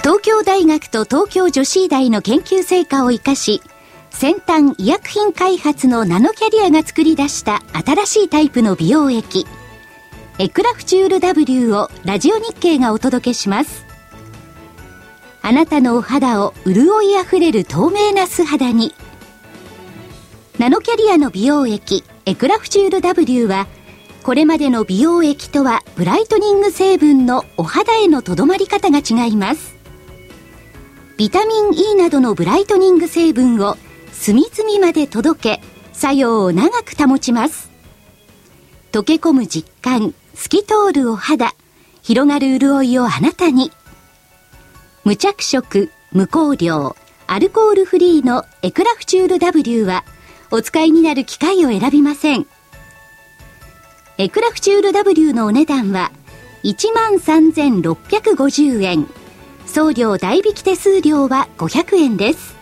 [SPEAKER 6] 東京大学と東京女子医大の研究成果を生かし先端医薬品開発のナノキャリアが作り出した新しいタイプの美容液エクラフチュール W をラジオ日経がお届けしますあなたのお肌を潤いあふれる透明な素肌にナノキャリアの美容液エクラフチュール W はこれまでの美容液とはブライトニング成分のお肌へのとどまり方が違いますビタミン E などのブライトニング成分を隅々まで届け作用を長く保ちます溶け込む実感透き通るお肌広がる潤いをあなたに無着色無香料アルコールフリーのエクラフチュール W はお使いになる機械を選びませんエクラフチュール W のお値段は13,650円送料代引き手数料は500円です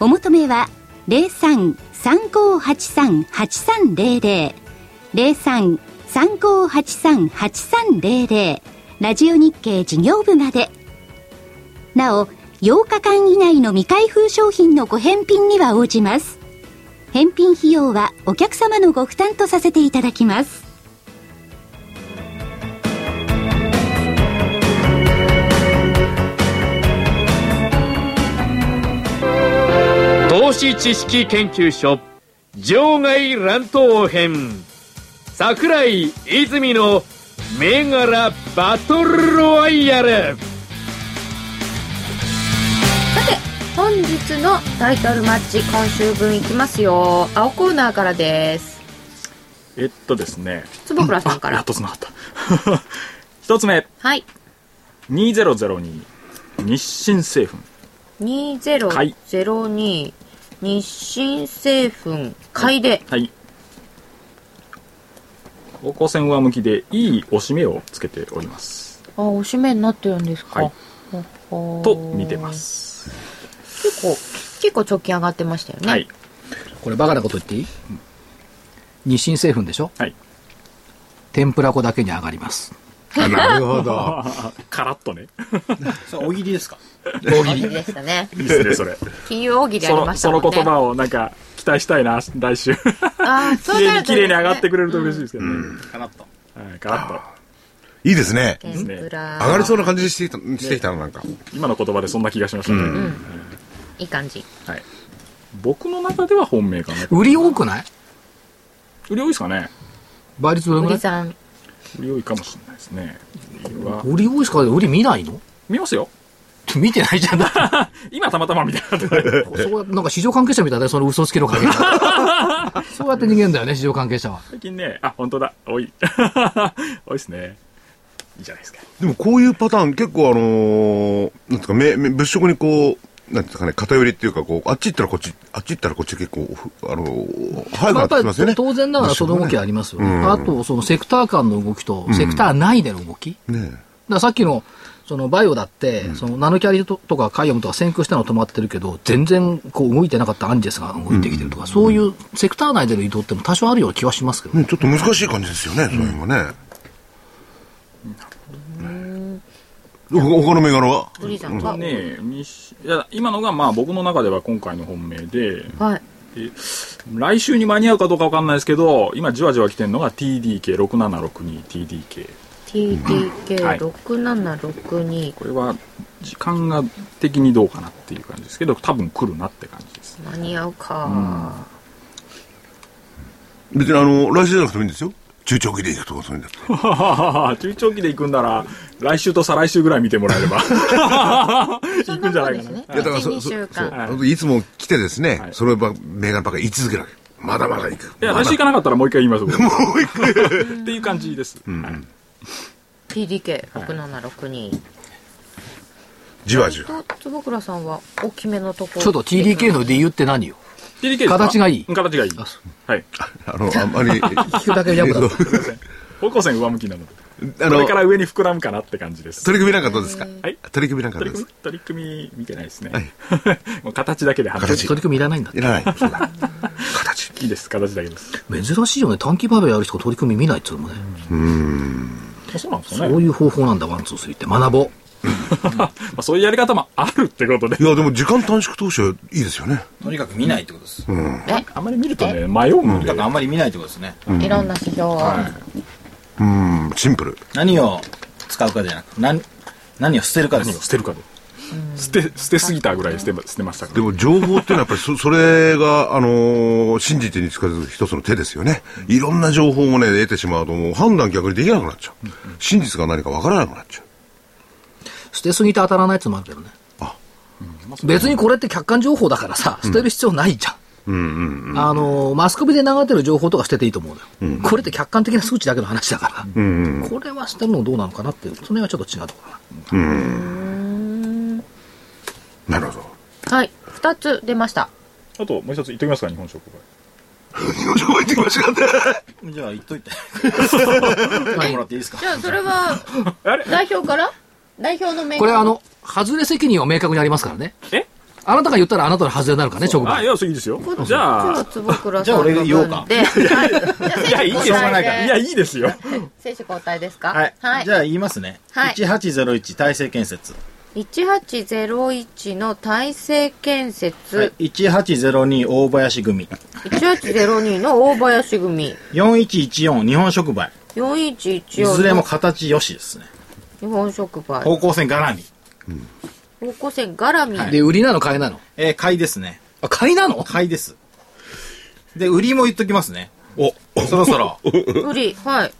[SPEAKER 6] お求めは03-3583-8300 03-3583-8300ラジオ日経事業部までなお8日間以内の未開封商品のご返品には応じます返品費用はお客様のご負担とさせていただきます
[SPEAKER 7] 投資知識研究所場外乱闘編桜井泉の銘柄バトルロワイヤ
[SPEAKER 1] さ
[SPEAKER 7] ル
[SPEAKER 1] て本日のタイトルマッチ今週分いきますよ青コーナーからです
[SPEAKER 4] えっとですね。
[SPEAKER 1] 坪倉さんか
[SPEAKER 4] やっ
[SPEAKER 1] ら
[SPEAKER 4] と繋がった。一つ目、
[SPEAKER 1] はい
[SPEAKER 4] 2002日清製粉。
[SPEAKER 1] 2002日清製粉買いで
[SPEAKER 4] はい。方向線上向きでいいおしめをつけております。
[SPEAKER 1] あおしめになってるんですか、
[SPEAKER 4] はい
[SPEAKER 1] ほほー
[SPEAKER 4] と見てます。
[SPEAKER 1] 結構結構直近上がってましたよね、 *laughs*
[SPEAKER 4] はい。
[SPEAKER 2] これバカなこと言っていい日清製粉でしょ
[SPEAKER 4] はい。
[SPEAKER 2] 天ぷら粉だけに上がります。
[SPEAKER 5] あなるほど。
[SPEAKER 4] カラッとね。
[SPEAKER 8] それ、大喜利ですか
[SPEAKER 1] 大喜利でしたね
[SPEAKER 4] いいですね、それ。
[SPEAKER 1] 金融大喜利あ
[SPEAKER 4] そ
[SPEAKER 1] りま
[SPEAKER 4] の、
[SPEAKER 1] した
[SPEAKER 4] そ
[SPEAKER 1] も
[SPEAKER 4] の
[SPEAKER 1] んね
[SPEAKER 4] 言葉をなんか期待したいな、来週。
[SPEAKER 1] あーそう
[SPEAKER 4] 綺
[SPEAKER 1] なる
[SPEAKER 4] 麗に
[SPEAKER 1] と
[SPEAKER 4] 綺麗に上がってくれると嬉しいですけどね。
[SPEAKER 8] かなと。
[SPEAKER 4] はい、カラッと。
[SPEAKER 5] いいですね。
[SPEAKER 1] 天ぷら
[SPEAKER 5] 上がりそうな感じしてきた、してきたのなんか。
[SPEAKER 4] 今の言葉でそんな気がしましたね。
[SPEAKER 1] いい感じ
[SPEAKER 4] はい。僕の中では本命かな。
[SPEAKER 2] 売り多くない
[SPEAKER 4] 売り多いですかね
[SPEAKER 2] 倍率どれぐ
[SPEAKER 1] 売
[SPEAKER 2] らい
[SPEAKER 1] りさん
[SPEAKER 4] 売り多いかもしれないですね。売りは
[SPEAKER 2] 売り多いしか売り見ないの
[SPEAKER 4] 見ますよ。
[SPEAKER 2] 見てないじゃ
[SPEAKER 1] *laughs*
[SPEAKER 2] ん。
[SPEAKER 4] 今たまたま見たな *laughs* って。
[SPEAKER 2] そうやなんか市場関係者みたいだね、その嘘つきの
[SPEAKER 1] *laughs*
[SPEAKER 2] 影がそうやって逃げんだよね、市場関係者は。
[SPEAKER 4] 最近ね、あ、本当だ。多い。 *laughs* 多いですね。いいじゃないですか。
[SPEAKER 5] でもこういうパターン結構あのー、なんですか、め、め物色にこう、なんていうんですかね、偏りっていうか、こう、あっち行ったらこっち、あっち行ったらこっち結構、ふあのー、早
[SPEAKER 2] まあ
[SPEAKER 5] くな
[SPEAKER 2] やって
[SPEAKER 5] っ
[SPEAKER 2] ぱ
[SPEAKER 5] きますよね。
[SPEAKER 2] り当然ながらその動きはあ
[SPEAKER 5] り
[SPEAKER 2] りますよ、
[SPEAKER 5] うん
[SPEAKER 2] あと、そのセクター間の動きと、セクター内での動き。
[SPEAKER 5] ね
[SPEAKER 2] だからさっきの、そのバイオだって、そのナノキャリととかカイオムとか先行したのは止まってるけど、全然こう動いてなかったアンジェスが動いてきてるとか、そういうセクター内での移動っても多少あるような気はしますけど、
[SPEAKER 5] ねちょっと難しい感じですよね、その辺がね。ほ他の銘柄は
[SPEAKER 1] 売りさん
[SPEAKER 4] ま
[SPEAKER 1] は、
[SPEAKER 4] あね、みしいや今のがまあ僕の中では今回の本命で、
[SPEAKER 1] はい
[SPEAKER 4] 来週に間に合うかどうかわかんないですけど、今じわじわ来てるのが TDK6762TDK。
[SPEAKER 1] TDK6762
[SPEAKER 4] これは時間が的にどうかなっていう感じですけど、多分来るなって感じです。
[SPEAKER 1] 間に合うか、
[SPEAKER 5] 別にあの、来週じゃなくてもいいんですよ。中長期でいくとかそういうんだっ
[SPEAKER 4] *laughs*
[SPEAKER 5] て。
[SPEAKER 4] 中長期で行くんなら、来週と再来週 *laughs* ぐらい見てもらえれば。行くんじゃないかな。
[SPEAKER 5] いやだからそ
[SPEAKER 9] 1-2
[SPEAKER 5] そ
[SPEAKER 9] 週
[SPEAKER 5] そう
[SPEAKER 9] 間
[SPEAKER 5] 本当にいつも来てですね、そればメーガンばっかり言い続けるわけ。まだまだ行く。
[SPEAKER 4] いや、
[SPEAKER 5] まだ
[SPEAKER 4] 来週行かなかったらもう一回言います。もう一回。っていう感じです。はい
[SPEAKER 1] TDK6762
[SPEAKER 5] じわじわ。
[SPEAKER 1] と坪倉さんは大きめのとこ
[SPEAKER 2] ちょっと TDK の理由って何よ
[SPEAKER 4] TDK ですか
[SPEAKER 2] 形がいい
[SPEAKER 4] うん形がいい。はい。
[SPEAKER 5] あの、あんまり。
[SPEAKER 2] 聞くだけ *laughs* でやっぱ
[SPEAKER 5] えっ
[SPEAKER 4] 方向線上向きなので。
[SPEAKER 5] とあ
[SPEAKER 4] こ
[SPEAKER 5] の
[SPEAKER 4] れ、から上に膨らむかなって感じです。
[SPEAKER 5] 取り組みなんかどうですか
[SPEAKER 4] はい
[SPEAKER 5] 取り組みなんかど
[SPEAKER 4] 取り
[SPEAKER 5] うです
[SPEAKER 4] 組み
[SPEAKER 5] か
[SPEAKER 4] 取り組み見てないですね。 *laughs* もう形だけで判断
[SPEAKER 5] 形
[SPEAKER 2] 取り組みいらないんだって
[SPEAKER 5] いらない。そうだ形。
[SPEAKER 4] いいです。形だけです。
[SPEAKER 2] 珍しいよね短期バイオやる人取り組み見ないっつうのもね
[SPEAKER 4] あそうなんですかね。
[SPEAKER 2] そういう方法なんだワンツースリーって学ぼう
[SPEAKER 4] まあそういうやり方もあるってことで
[SPEAKER 5] *laughs* い。や、でも時間短縮投資はいいですよね。
[SPEAKER 3] とにかく見ないってことです。と
[SPEAKER 4] あんまり見るとね、迷う
[SPEAKER 3] に
[SPEAKER 4] んで
[SPEAKER 3] かく。あんまり見ないってことですね。
[SPEAKER 1] いろんな指標を
[SPEAKER 5] うん、シンプル。
[SPEAKER 3] 何を使うかじゃなく、なん何を捨てるかです
[SPEAKER 4] 何を。捨てるかで。捨て、捨てすぎたぐらい捨てま、捨てましたか
[SPEAKER 5] で
[SPEAKER 4] ら。
[SPEAKER 5] も情報っていうのはやっぱり *laughs* そそれが、あのー信じてに近づく一つの手ですよね。いろんな情報もね、得てしまうともう判断逆にできなくなっちゃう。真実が何かわからなくなっちゃう。
[SPEAKER 2] 捨てすぎて当たらないっつうのもあるけどね別にこれって客観情報だからさ捨てる必要ないじゃん、あのーマスコミで流れてる情報とか捨てていいと思うのよ、これって客観的な数値だけの話だから、これは捨てるのどうなのかなっていうその辺はちょっと違うところか
[SPEAKER 5] なるほど。
[SPEAKER 1] はい2つ出ました
[SPEAKER 4] あともう一つ言っときますか、日本食会。
[SPEAKER 5] 日本食入ってきましたかね。
[SPEAKER 3] じゃあ、言っとい *laughs* て。言ってもらっていいですか
[SPEAKER 1] じゃあそれは
[SPEAKER 4] あれ
[SPEAKER 1] 代表から代表の
[SPEAKER 2] な
[SPEAKER 1] メン
[SPEAKER 2] これあの外れ責任は明確にありますからね
[SPEAKER 4] え
[SPEAKER 2] あなたが言ったらあなたの外れになるからね職場
[SPEAKER 4] あ、いや、そういいですよ。じゃあ、
[SPEAKER 1] 坪倉
[SPEAKER 3] じ
[SPEAKER 1] さ
[SPEAKER 3] ゃ
[SPEAKER 1] ん
[SPEAKER 3] あ
[SPEAKER 1] の
[SPEAKER 3] 俺が
[SPEAKER 1] 分で
[SPEAKER 3] 言おうか
[SPEAKER 1] *laughs* はいじゃあ
[SPEAKER 4] いや、いいです
[SPEAKER 1] 選手
[SPEAKER 4] よ。
[SPEAKER 1] 交代
[SPEAKER 4] いや、
[SPEAKER 1] で
[SPEAKER 4] いいですよ。
[SPEAKER 1] 選手交代ですか
[SPEAKER 3] はい。じゃあ、言いますね。
[SPEAKER 1] はい
[SPEAKER 3] 1801体制建設。
[SPEAKER 1] 1801の大成建設、
[SPEAKER 3] はい、1802大林組。
[SPEAKER 1] 1802の大林組
[SPEAKER 3] 4114日本触媒。いず
[SPEAKER 1] 4114
[SPEAKER 3] れも
[SPEAKER 1] の
[SPEAKER 3] 形良しですね。
[SPEAKER 1] 日本触媒
[SPEAKER 3] 方向線絡み。
[SPEAKER 1] 方向線絡み、
[SPEAKER 2] で売りなの買いなの
[SPEAKER 3] えー、買いですね。
[SPEAKER 2] あ買いなの
[SPEAKER 3] 買いです。で、売りも言っときますね。お、そろそろ。
[SPEAKER 1] 売りはい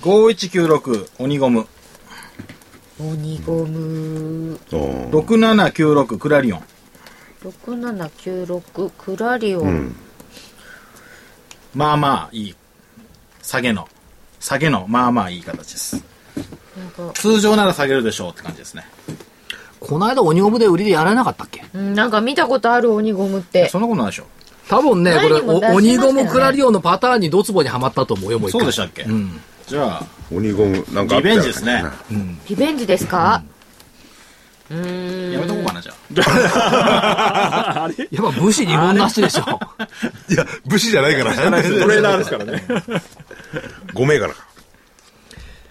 [SPEAKER 3] 5196鬼ゴム。
[SPEAKER 1] 鬼ゴム
[SPEAKER 3] 6796クラリオン。
[SPEAKER 1] 6796クラリオン、
[SPEAKER 3] まあまあいい。下げの。下げの、まあまあいい形です。
[SPEAKER 1] なんか
[SPEAKER 3] 通常なら下げるでしょうって感じですね。
[SPEAKER 2] この間鬼ゴムで売りでやられなかったっけ
[SPEAKER 1] うんなんか見たことある鬼ゴムって
[SPEAKER 3] そんなことないでしょ
[SPEAKER 2] 多分ね、こ
[SPEAKER 1] 前
[SPEAKER 2] れ、
[SPEAKER 1] にも
[SPEAKER 2] お
[SPEAKER 1] 出しました
[SPEAKER 2] 鬼
[SPEAKER 1] よね
[SPEAKER 2] ゴムクラリオンのパターンにドツボにはまったと思うよ、もう一
[SPEAKER 3] そう
[SPEAKER 2] 回。
[SPEAKER 3] でしたっけ、
[SPEAKER 2] ん
[SPEAKER 3] じゃあ、
[SPEAKER 5] 鬼ゴム、なんかあった
[SPEAKER 3] リベ
[SPEAKER 5] よ
[SPEAKER 3] ンジですね
[SPEAKER 1] リベンジですか、
[SPEAKER 3] やめとこうかな、じゃあ。
[SPEAKER 4] あれ
[SPEAKER 2] やっぱ武士に分なしでしょ。
[SPEAKER 5] いや、武士じゃないから。
[SPEAKER 4] トレーナーですからね。
[SPEAKER 5] ご名柄。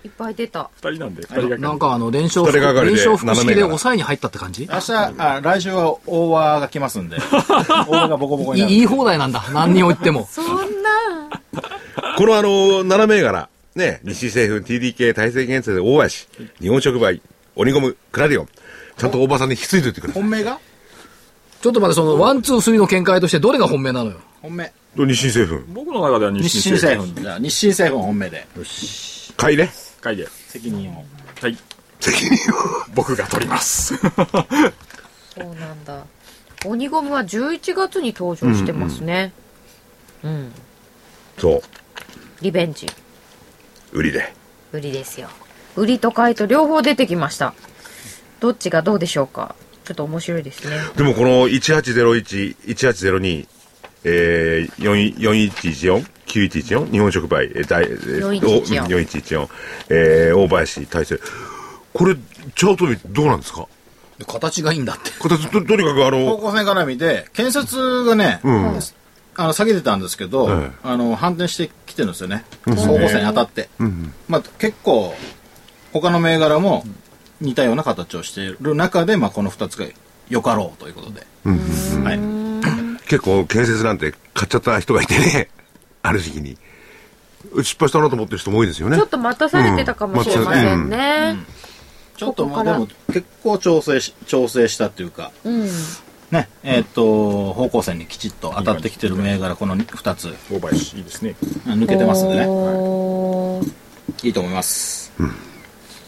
[SPEAKER 1] いっぱい出た
[SPEAKER 4] 二人なんで、二人が。
[SPEAKER 2] なんかあの、連勝、
[SPEAKER 5] 二人がかり
[SPEAKER 2] 連
[SPEAKER 5] で
[SPEAKER 2] 勝複
[SPEAKER 5] 斜
[SPEAKER 2] 式
[SPEAKER 5] め
[SPEAKER 2] で
[SPEAKER 5] から
[SPEAKER 2] 抑えに入ったって感じ
[SPEAKER 3] *laughs* 明日、あ、来週は大和が来ます
[SPEAKER 2] *laughs*
[SPEAKER 3] んで。大和がボコボ
[SPEAKER 2] い
[SPEAKER 3] コに
[SPEAKER 2] い
[SPEAKER 3] なる。
[SPEAKER 2] いい放題なんだ。何人を言っても。
[SPEAKER 1] そんな
[SPEAKER 5] このあの、7銘柄、ね、日清製粉 TDK 体制建設で大足、日本食売、鬼ゴム、クラリオン。ちゃんとおばさんに引き継いでいってくれ。
[SPEAKER 3] 本命が
[SPEAKER 2] ちょっと待って、その、ワン、ツー、スリーの見解としてどれが本命なのよ。
[SPEAKER 3] 本命。
[SPEAKER 5] 日清製粉。
[SPEAKER 4] 僕の中では日
[SPEAKER 3] 日清
[SPEAKER 4] 清製
[SPEAKER 3] 製
[SPEAKER 4] 粉
[SPEAKER 3] 粉。じゃあ、日清製粉本命で。
[SPEAKER 5] 買いね。
[SPEAKER 4] 会で。
[SPEAKER 3] 責任を。
[SPEAKER 4] はい。
[SPEAKER 5] 責任を。
[SPEAKER 4] 僕が取り *laughs* ます。
[SPEAKER 1] そうなんだ鬼ゴムは11月に登場してますねうん、
[SPEAKER 5] そ
[SPEAKER 1] リベンジ
[SPEAKER 5] う、売りで。
[SPEAKER 1] 売りですよ売りと買いと両方出てきましたどっちがどうでしょうかちょっと面白いですね
[SPEAKER 5] でもこの1801、1802、えー、4114、9114、日本食売、えー、大、えー
[SPEAKER 1] 4114
[SPEAKER 5] お4114、えー、大林大成。これ、チャート見てどうなんですか
[SPEAKER 2] 形がいいんだって。
[SPEAKER 5] 形、ととにかく
[SPEAKER 3] 方
[SPEAKER 5] あの、
[SPEAKER 3] 向線絡みで、建設がね、
[SPEAKER 5] うん。
[SPEAKER 3] あの下げてたんですけど、
[SPEAKER 5] ええ
[SPEAKER 3] あの反転してきてるんですよね、方向線に当たって、まあ、結構、他の銘柄も似たような形をしている中で、まあ、この2つがよかろうということで、はい、
[SPEAKER 5] 結構建設なんて買っちゃった人がいてね、 *laughs* ある時期に。失敗したなと思ってる人も多いですよね
[SPEAKER 1] ちょっ。と待たされてたかもしれませんね
[SPEAKER 3] ちょっと
[SPEAKER 1] ここ
[SPEAKER 3] ま
[SPEAKER 1] か
[SPEAKER 3] あで
[SPEAKER 1] ら
[SPEAKER 3] も、結構調整し調整したっていうか、
[SPEAKER 1] うん、
[SPEAKER 3] ね、えーっと、方向線にきちっと当たってきてる銘柄、この2つ、
[SPEAKER 4] 大林いいですね
[SPEAKER 3] 抜けてますんでね、
[SPEAKER 10] おー
[SPEAKER 3] いいと思います。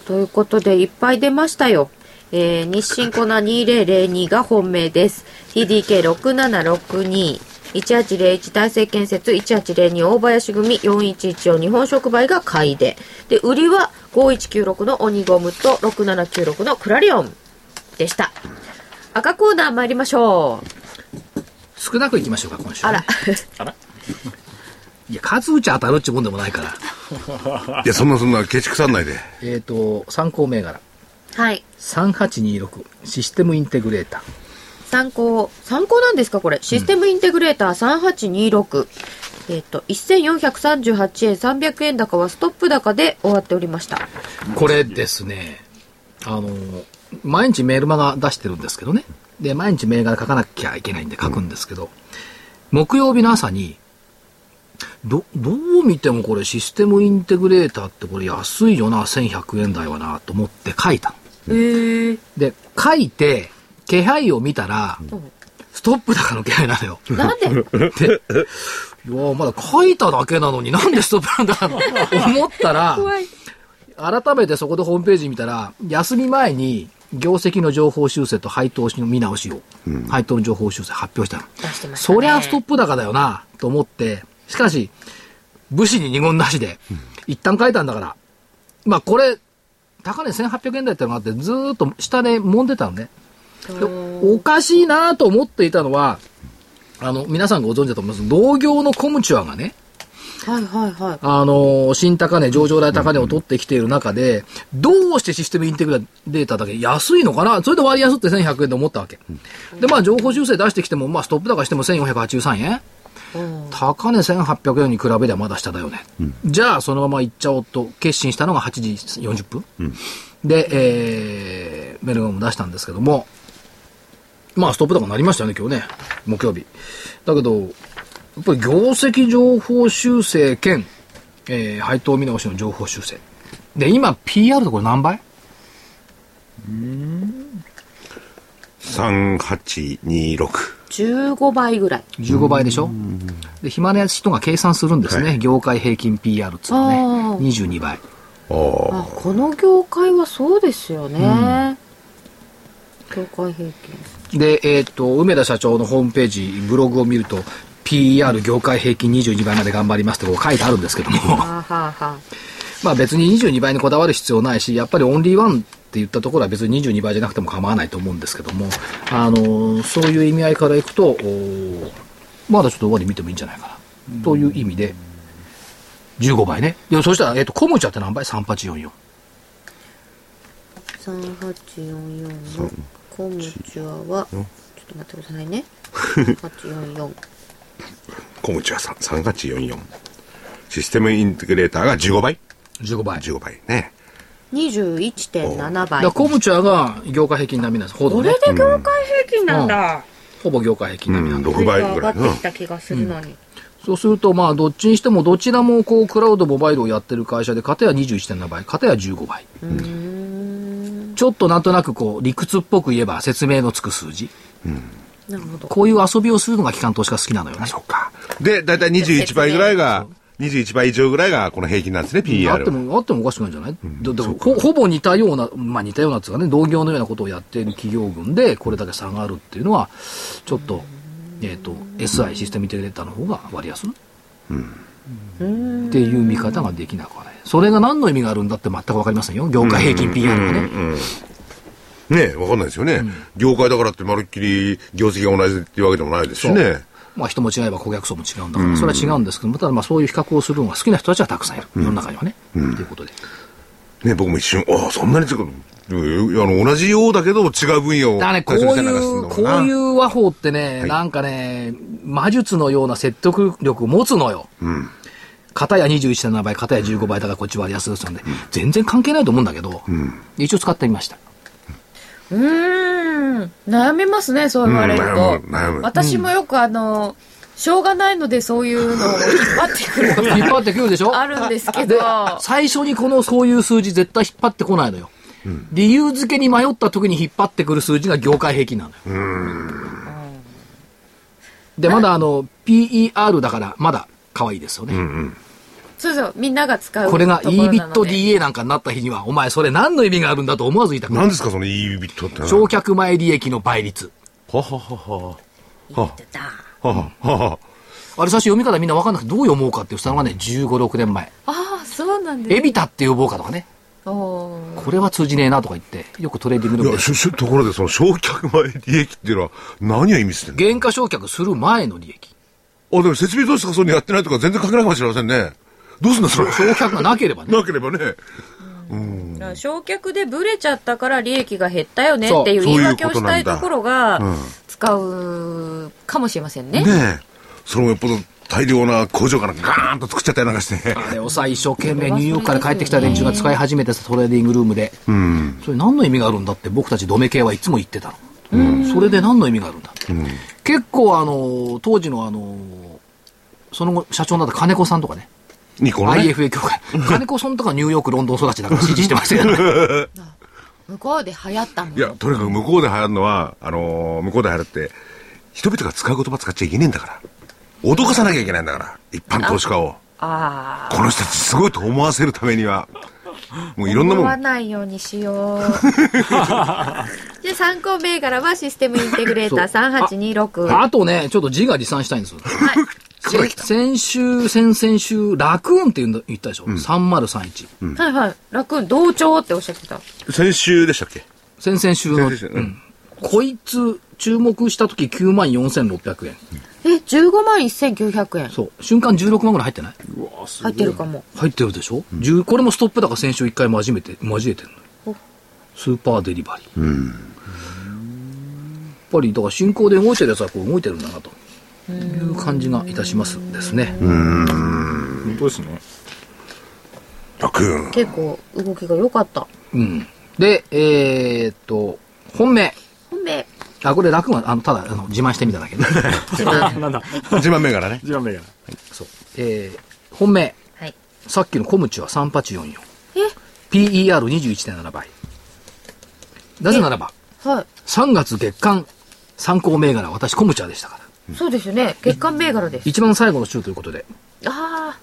[SPEAKER 10] ということで、いっぱい出ましたよ。えー日清コナ2002が本命です。TDK6762、1801大成建設、1802大林組、4114日本触媒が買いで。で、売りは5196の鬼ゴムと6796のクラリオンでした。赤コーナー参りましょう。
[SPEAKER 2] 少なくいきましょうか、今週、
[SPEAKER 10] あら。。
[SPEAKER 2] いや、数打ち当たるっちゅうもんでもないから。
[SPEAKER 5] いや、そんなそんな、ケチくさんないで。
[SPEAKER 2] えっ、と、参考銘柄。
[SPEAKER 10] *laughs* はい。
[SPEAKER 2] 3826、システムインテグレーター。
[SPEAKER 10] 参考、参考なんですかこれ。システムインテグレーター3826。えっ、と、1438円300円高はストップ高で終わっておりました。
[SPEAKER 2] これですね、あの、毎日メールマガ出してるんですけどね。で、毎日銘柄書かなきゃいけないんで書くんですけど、木曜日の朝に、ど、どう見てもこれシステムインテグレーターってこれ安いよな、1100円台はな、と思って書いた。
[SPEAKER 10] へえ。
[SPEAKER 2] で、書いて、気配を見たら、ストップ高の気配なのよ。
[SPEAKER 10] *laughs* なんで
[SPEAKER 2] で、いやまだ書いただけなのになんでストップなんだ思ったら、
[SPEAKER 10] *laughs* 怖い。
[SPEAKER 2] 改めてそこでホームページ見たら、休み前に、業績の情報修正と配当の見直しを、配当の情報修正発表したの。
[SPEAKER 10] 出してました、ね。
[SPEAKER 2] そりゃストップ高だよな、と思って、しかし、武士に二言なしで、一旦書いたんだから、まあこれ、高値1800円台ってのがあって、ずーっと下で揉んでたのね。でおかしいなと思っていたのは、あの、皆さんご存知だと思います。同業のコムチュアがね、
[SPEAKER 10] はいはいはい。
[SPEAKER 2] あの、新高値、上場来高値を取ってきている中で、どうしてシステムインテグレーターだけ安いのかなそれで割安って1100円で思ったわけ。で、まあ、情報修正出してきても、まあ、ストップ高しても1483円高値1800円に比べりゃまだ下だよね。じゃあ、そのまま行っちゃおうと決心したのが8時40分。で、えー、メルガム出したんですけども、まあ、ストップ高になりましたよね、今日ね。木曜日。だけど、やっぱり業績情報修正兼、えー配当見直しの情報修正。で、今 PR とこれ何倍
[SPEAKER 5] 3826。
[SPEAKER 10] 15倍ぐらい。
[SPEAKER 2] ?15 倍でしょで、暇な人が計算するんですね。業界平均 PR っつうのね
[SPEAKER 10] あ。
[SPEAKER 2] 22倍。
[SPEAKER 5] ああ。
[SPEAKER 10] あ、この業界はそうですよね。業界平均。
[SPEAKER 2] で、えっ、と、梅田社長のホームページ、ブログを見ると、PR 業界平均22倍まで頑張りますってこう書いてあるんですけども。
[SPEAKER 10] はあはあはあ。
[SPEAKER 2] まあ別に22倍にこだわる必要ないし、やっぱりオンリーワンって言ったところは別に22倍じゃなくても構わないと思うんですけども、あのーそういう意味合いからいくと、おーまだちょっと終わり見てもいいんじゃないかな。という意味で、15倍ね。でもそしたら、えっ、と、コムチャって何倍 ?3844。
[SPEAKER 10] 3844のコムチュアは、ちょっと待ってください *laughs* ね。844。
[SPEAKER 5] 小口はさん3844。システムインテグレーターが15倍
[SPEAKER 2] 15倍。
[SPEAKER 5] ?15 倍ね。
[SPEAKER 10] 21.7
[SPEAKER 2] だ
[SPEAKER 10] 倍
[SPEAKER 2] から。コムチャが業界平均並みなんです。ほぼ
[SPEAKER 10] こ
[SPEAKER 2] ね
[SPEAKER 10] れ。で業界平均なんだ。
[SPEAKER 2] ほぼ業界平均
[SPEAKER 5] う
[SPEAKER 2] 並みなん
[SPEAKER 5] ん、
[SPEAKER 2] で
[SPEAKER 5] 6倍ぐらい。
[SPEAKER 10] 上が
[SPEAKER 5] うん
[SPEAKER 10] ってきた気がするのに。
[SPEAKER 2] そうすると、まあ、どっちにしても、どちらも、こう、クラウドモバイルをやってる会社で、片や21.7倍、片や15倍。ちょっとなんとなく、こう、理屈っぽく言えば、説明のつく数字。
[SPEAKER 10] なるほど。
[SPEAKER 2] こういう遊びをするのが機関投資家好きなのよね。
[SPEAKER 5] そっか。で、だいたい21倍ぐらいが、21倍以上ぐらいがこの平均なんですね、
[SPEAKER 2] あって
[SPEAKER 5] PR は。
[SPEAKER 2] も、あってもおかしくないんじゃない、だだからほ、ほぼ似たような、まあ似たようなっつうかね、同業のようなことをやっている企業群で、これだけ差があるっていうのは、ちょっと、えっ、と、SI システムインテグレーターの方が割安、っていう見方ができなくはない。それが何の意味があるんだって全くわかりませんよ。業界平均 PR がね。
[SPEAKER 5] ねえ、わかんないですよね。業界だからってまるっきり業績が同じっていうわけでもないですしね。
[SPEAKER 2] まあ人も違えば顧客層も違うんだから、それは違うんですけども、ただまあそういう比較をするのが好きな人たちはたくさんいる。世の中にはね。と、いうことで。
[SPEAKER 5] ね僕も一瞬、ああ、そんなに違う。うんあの同じようだけど違う分野を
[SPEAKER 2] だからね、こう
[SPEAKER 5] 対する人なんかす
[SPEAKER 2] い
[SPEAKER 5] るん
[SPEAKER 2] う、
[SPEAKER 5] だ
[SPEAKER 2] こ
[SPEAKER 5] もんな
[SPEAKER 2] ういう和法ってね、
[SPEAKER 5] はい
[SPEAKER 2] なんかね、魔術のような説得力を持つのよ。
[SPEAKER 5] ん
[SPEAKER 2] 片や21.7倍、片や15倍だからこっちは安ですので、全然関係ないと思うんだけど、一応使ってみました。
[SPEAKER 10] うーん。悩みますね、そう言われる
[SPEAKER 5] うん
[SPEAKER 10] と
[SPEAKER 5] 悩。む悩む
[SPEAKER 10] 私もよくあの、しょうがないのでそういうのを引っ張ってくる *laughs*
[SPEAKER 2] 引っ張ってくるでしょ
[SPEAKER 10] あるんですけど。
[SPEAKER 2] 最初にこのそういう数字絶対引っ張ってこないのよ。理由付けに迷った時に引っ張ってくる数字が業界平均なのよ。
[SPEAKER 10] あ
[SPEAKER 2] で、まだあの、PER だから、まだ可愛いですよね。
[SPEAKER 1] そうそう、みんなが使う。
[SPEAKER 2] これが
[SPEAKER 1] ところなので
[SPEAKER 2] EBITDA なんかになった日には、お前それ何の意味があるんだと思わず言いたくな
[SPEAKER 5] 何
[SPEAKER 2] る。
[SPEAKER 5] ですかその EB ビットってのは
[SPEAKER 2] 償却前利益の倍率。
[SPEAKER 5] ははははは
[SPEAKER 10] 言ってた
[SPEAKER 5] はははは
[SPEAKER 2] あれ最初読み方みんな分かんなくてどう読もうかって言ってたのがね、15、6年前。
[SPEAKER 1] ああ、そうなんです
[SPEAKER 2] エビタって呼ぼうかとかね。
[SPEAKER 1] おー
[SPEAKER 2] これは通じねえなとか言って、よくトレーディング
[SPEAKER 5] い
[SPEAKER 2] でも
[SPEAKER 5] やしょしょところでその焼却前利益っていうのは何を意味してんの
[SPEAKER 2] 原価償却する前の利益。
[SPEAKER 5] あでも設備投資とかそういうのやってないとか全然書けないかもしれませんねどうすんだそれ
[SPEAKER 2] 償却がなけれ
[SPEAKER 5] *laughs*
[SPEAKER 2] ばね。
[SPEAKER 5] なければね
[SPEAKER 10] だから焼却でブレちゃったから利益が減ったよね
[SPEAKER 2] そう
[SPEAKER 10] っていう
[SPEAKER 5] そう
[SPEAKER 10] 言い
[SPEAKER 5] いう
[SPEAKER 10] 訳
[SPEAKER 5] こ
[SPEAKER 10] を
[SPEAKER 5] と
[SPEAKER 10] し
[SPEAKER 5] な
[SPEAKER 10] た
[SPEAKER 5] ん
[SPEAKER 10] い
[SPEAKER 5] だ
[SPEAKER 10] ところが
[SPEAKER 5] ん
[SPEAKER 10] 使うかもしれませんね。
[SPEAKER 5] ねえそれもよっぽど大量な工場からガーンと作っちゃったりなんかして
[SPEAKER 2] あれをさ、一生懸命ニューヨークから帰ってきた連中が使い始めてさ、トレーディングルームで。
[SPEAKER 5] うん
[SPEAKER 2] それ何の意味があるんだって僕たちドメ系はいつも言ってたの。それで何の意味があるんだって。結構あの、当時のあの、その後社長になった金子さんとかね、
[SPEAKER 5] ニコのね
[SPEAKER 2] IFA 協会。金子さんとかニューヨーク、ロンドン育ちだから支持してましたけ *laughs* どね。
[SPEAKER 1] 向こうで流行ったもん。
[SPEAKER 5] いやとにかく向こうで流行るのはあのー向こうで流行るって人々が使う言葉使っちゃいけねえんだから脅かさなきゃいけないんだから一般投資家を
[SPEAKER 10] あ
[SPEAKER 5] この人たちすごいと思わせるためにはもういろんな
[SPEAKER 1] 思
[SPEAKER 5] も
[SPEAKER 1] わ
[SPEAKER 5] ん
[SPEAKER 1] ないようにしよ
[SPEAKER 10] *laughs*
[SPEAKER 1] う。で、参考銘柄はシステムインテグレーター3826。は
[SPEAKER 2] あとね、ちょっと字が離散したいんですよ。
[SPEAKER 1] い。
[SPEAKER 2] せ先週、先々週、ラクーンって言うの言ったでしょ、?3031。
[SPEAKER 10] はいはい。楽、同調っておっしゃってた。
[SPEAKER 5] 先週でしたっけ
[SPEAKER 2] 先々週の、
[SPEAKER 5] 先々週
[SPEAKER 2] うんこいつ、注目した時9万4600円。
[SPEAKER 10] え、15万1900円。
[SPEAKER 2] そう。瞬間16万ぐらい入ってない
[SPEAKER 10] 入ってるかも。
[SPEAKER 2] 入ってるでしょ、10これもストップ高先週1回交えて交えてるの
[SPEAKER 10] お
[SPEAKER 2] よスーパーデリバリー、やっぱりだから進行で動いてるやつはこう動いてるんだなという感じがいたしますですね、
[SPEAKER 4] 本当ですね。
[SPEAKER 5] 楽運
[SPEAKER 10] 結構動きが良かった。
[SPEAKER 2] うんでえーっと本命
[SPEAKER 1] 本命。
[SPEAKER 2] あこれ楽はあのただあの自慢してみただけで
[SPEAKER 4] なんだ。
[SPEAKER 5] 自慢銘柄ね
[SPEAKER 4] 一番目が。
[SPEAKER 2] そう、えー本命
[SPEAKER 10] はい。
[SPEAKER 2] さっきのコムチは3844
[SPEAKER 1] え
[SPEAKER 2] PER21.7 倍なぜならば
[SPEAKER 10] は
[SPEAKER 2] 3月月間参考銘柄私コムチャでしたから
[SPEAKER 10] い。そうですよね。月間銘柄です。
[SPEAKER 2] 一番最後の週ということで、
[SPEAKER 10] ああ。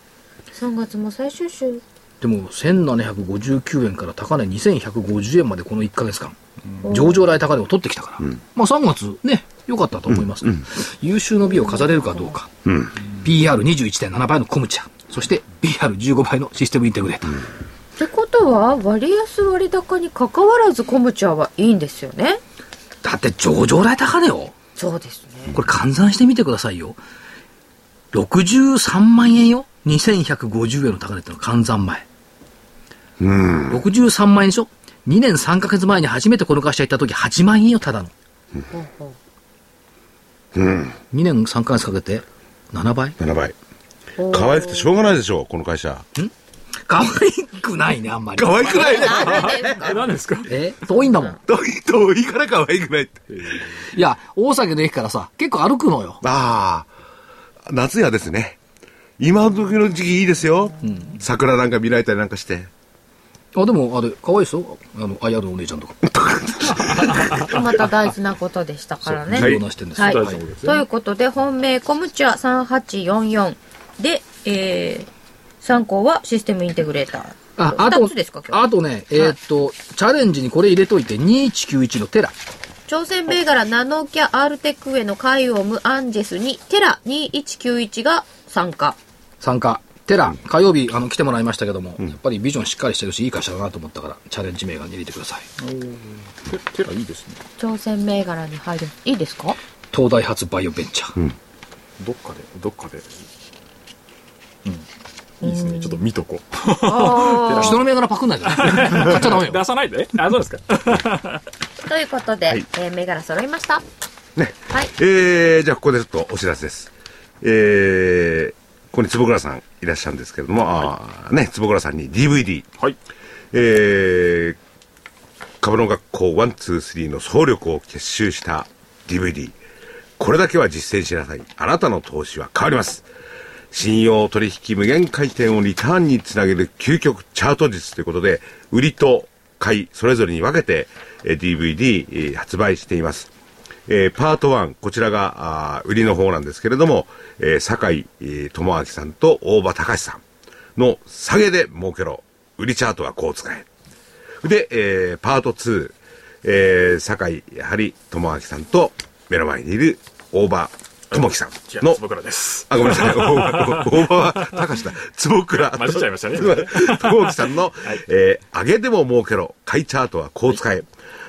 [SPEAKER 10] 3月も最終週。
[SPEAKER 2] でも1759円から高値2150円までこの1ヶ月間、上場来高値を取ってきたから、まあ3月ね、良かったと思います、優秀の美を飾れるかどうか、PR21.7 倍のコムチャ、そして PR15 倍のシステムインテグレーター。
[SPEAKER 10] ってことは、割安割高に関わらずコムチャはいいんですよね。
[SPEAKER 2] だって上場来高値を、
[SPEAKER 10] そうですね。
[SPEAKER 2] これ換算してみてくださいよ。63万円よ。2150円の高値ってのは換算前。
[SPEAKER 5] うん
[SPEAKER 2] 63万円でしょ ?2 年3ヶ月前に初めてこの会社行った時8万円よ、ただの。
[SPEAKER 10] ほうほう
[SPEAKER 5] うん
[SPEAKER 2] 2年3ヶ月かけて7倍
[SPEAKER 5] 7倍可愛くてしょうがないでしょこの会社
[SPEAKER 2] 可愛くないね、あん *laughs* まり。
[SPEAKER 5] 可愛くないね
[SPEAKER 4] え、何ですか
[SPEAKER 2] え遠いんだもん。
[SPEAKER 5] 遠い遠いから可愛くないって
[SPEAKER 2] いや、大崎の駅からさ、結構歩くのよ。
[SPEAKER 5] ああ夏やですね今の時の時期いいですよ、桜なんか見られたりなんかして
[SPEAKER 2] あ、でも、あれ、可愛いですよ。あの、IR のお姉ちゃんとか。
[SPEAKER 10] また大事なことでしたからね。
[SPEAKER 2] そうなしてんですよ
[SPEAKER 10] はい
[SPEAKER 2] 大
[SPEAKER 4] 事なことですね
[SPEAKER 10] ということで、本命コムチャ3844で、えー、参考はシステムインテグレーター。
[SPEAKER 2] あ、あと
[SPEAKER 10] 二つですか、今日
[SPEAKER 2] あとね、えーっと、チャレンジにこれ入れといて、2191のテラ。
[SPEAKER 10] 朝鮮銘柄ナノキャアルテックウェのカイオムアンジェスにテラ2191が参加。
[SPEAKER 2] 参加。テラ、火曜日、あの、来てもらいましたけども、やっぱりビジョンしっかりしてるし、いい会社だなと思ったから、チャレンジ銘柄に入れてください。
[SPEAKER 4] テテラいいですね。
[SPEAKER 10] 朝鮮銘柄に入る。いいですか
[SPEAKER 2] 東大発バイオベンチャー。
[SPEAKER 4] どっかで、どっかで。うん。いいですね。ちょっと見とこう。
[SPEAKER 2] 人の銘柄パクんない *laughs* から。買っちゃダメよ。
[SPEAKER 4] 出さないで。あ、そうですか。
[SPEAKER 10] ということで、えー銘柄揃いました。
[SPEAKER 5] ね
[SPEAKER 10] はい。
[SPEAKER 5] えー、じゃあここでちょっとお知らせです。えー、ここに坪倉さんいらっしゃるんですけれども、あーね、坪倉さんに DVD、
[SPEAKER 4] はい。
[SPEAKER 5] えー、株の学校123の総力を結集した DVD、これだけは実践しなさい。あなたの投資は変わります。信用取引無限回転をリターンにつなげる究極チャート術ということで、売りと買い、それぞれに分けてえー DVD えー発売しています。えーパート1、こちらがあー売りの方なんですけれども、えー酒井えー智明さんと大場隆さんの下げで儲けろ。売りチャートはこう使え。で、えーパート2、えー酒井やはり智明さんと目の前にいる大場智樹さん
[SPEAKER 4] 違いま
[SPEAKER 5] の
[SPEAKER 4] す僕ら *laughs* です。
[SPEAKER 5] あ、ごめんなさい。大場大場は高橋だ。坪倉と。
[SPEAKER 4] 混じっちゃいましたね
[SPEAKER 5] すません坪木さんの、えー上げでも儲けろ。買いチャートはこう使え。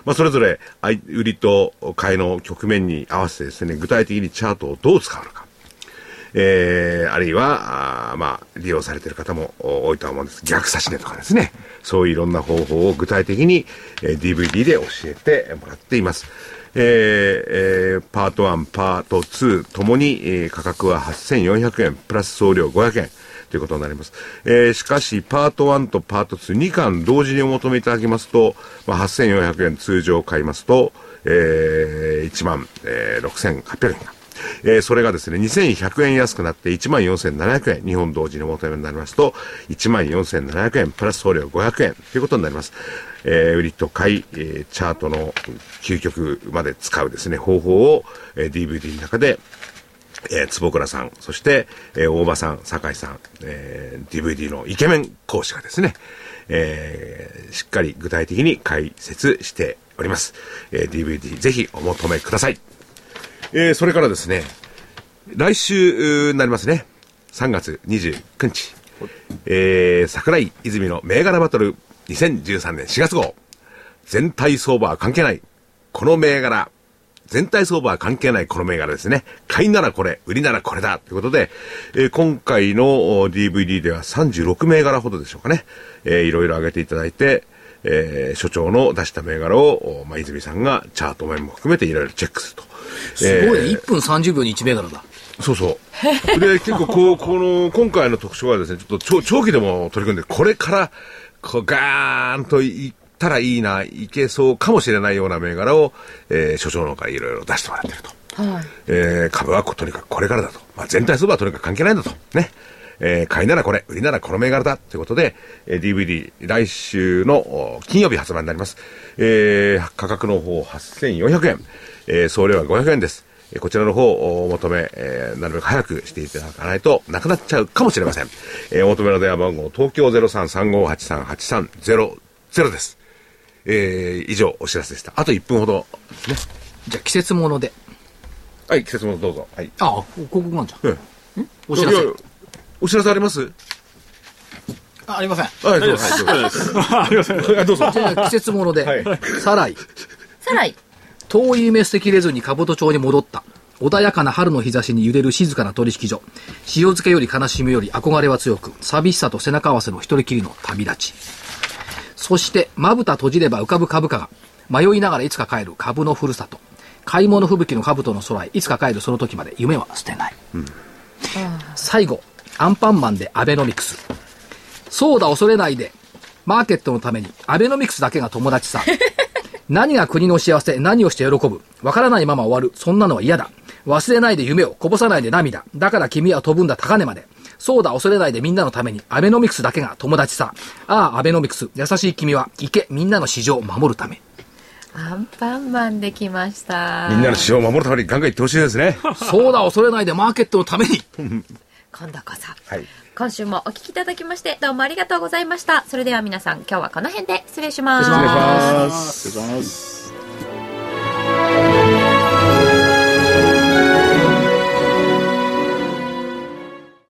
[SPEAKER 5] まあ、それぞれ、あい売りと買いの局面に合わせてですね、具体的にチャートをどう使うのか。えーあるいは、あーまあ、利用されている方もお多いとは思うんです。逆差し値とかですね。そういういろんな方法を具体的に、えー DVD で教えてもらっています。えーえーパート1、パート2ともに、えー価格は8400円、プラス送料500円。ということになります。えーしかし、パート1とパート2、2巻同時にお求めいただきますと、まあ、8400円通常買いますと、え1万、えー6800円が。えーそれがですね、2100円安くなって14,700円、日本同時にお求めになりますと、14,700円、プラス送料500円ということになります。えー売りと買い、えーチャートの究極まで使うですね、方法を、えー DVD の中でえー、坪倉さん、そして、えー大場さん、酒井さん、えー DVD のイケメン講師がですね、えーしっかり具体的に解説しております。えー DVD ぜひお求めください。えーそれからですね、来週うーになりますね、3月29日、えー桜井泉の銘柄バトル2013年4月号、全体相場は関係ない、この銘柄、全体相場は関係ないこの銘柄ですね。買いならこれ、売りならこれだということで、えー今回のお DVD では36銘柄ほどでしょうかね。えーいろいろ挙げていただいて、えー所長の出した銘柄を、おまあ、泉さんがチャート面も含めていろいろチェックすると。
[SPEAKER 2] すごい
[SPEAKER 5] え
[SPEAKER 2] ね、
[SPEAKER 5] ー
[SPEAKER 2] 1分30秒に1銘柄だ。
[SPEAKER 5] そうそう。で、結構こう、この、今回の特徴はですね、ちょっと長長期でも取り組んで、これから、こう、ガーンといったらいいな、いけそうかもしれないような銘柄を、えー所長の方からいろいろ出してもらってると。えー株はことにかくこれからだと。まあ、全体相場はとにかく関係ないんだと。ね。えー買いならこれ、売りならこの銘柄だということで、えー DVD、来週のお金曜日発売になります。えー価格の方8400円、えー送料は500円です。えーこちらの方をお求め、えーなるべく早くしていただかないとなくなっちゃうかもしれません。えーお求めの電話番号、東京0335838300です。えー以上お知らせでした。あと1分ほどですね。
[SPEAKER 2] じゃあ季節物で。
[SPEAKER 5] はい、季節もどうぞ。はい。
[SPEAKER 2] ああ、広告なんじゃん。
[SPEAKER 5] うん
[SPEAKER 2] お知らせ
[SPEAKER 5] いや。お知らせあります
[SPEAKER 3] あありません。
[SPEAKER 5] はい、どう
[SPEAKER 4] *laughs*
[SPEAKER 5] ぞ。はいどうぞ。
[SPEAKER 2] じゃあ季節 *laughs* 物で。
[SPEAKER 5] はい
[SPEAKER 2] さらい。
[SPEAKER 10] さらに、
[SPEAKER 2] 遠い目捨てきれずに兜町に戻った。穏やかな春の日差しに揺れる静かな取引所。塩漬けより悲しみより憧れは強く、寂しさと背中合わせの一人きりの旅立ち。そして、まぶた閉じれば浮かぶ株価が、迷いながらいつか帰る株のふるさと。買い物吹雪の兜の空へ、いつか帰るその時まで夢は捨てない。最後、アンパンマンでアベノミクス。そうだ、恐れないで。マーケットのために、アベノミクスだけが友達さ。何が国の幸せ、何をして喜ぶ。わからないまま終わる。そんなのは嫌だ。忘れないで夢を、こぼさないで涙。だから君は飛ぶんだ高値まで。そうだ、恐れないでみんなのために、アベノミクスだけが友達さ。ああ、アベノミクス、優しい君は、行け、みんなの市場を守るため。
[SPEAKER 1] アンパンマンできました。
[SPEAKER 5] みんなの市場を守るためにガンガン言ってほしいですね。
[SPEAKER 2] そうだ、恐れないでマーケットのために。
[SPEAKER 10] 今度こそ。
[SPEAKER 5] はい。
[SPEAKER 10] 今週もお聞きいただきまして、どうもありがとうございました。それでは皆さん、今日はこの辺で失礼します。
[SPEAKER 5] お願いします。
[SPEAKER 4] 失礼します。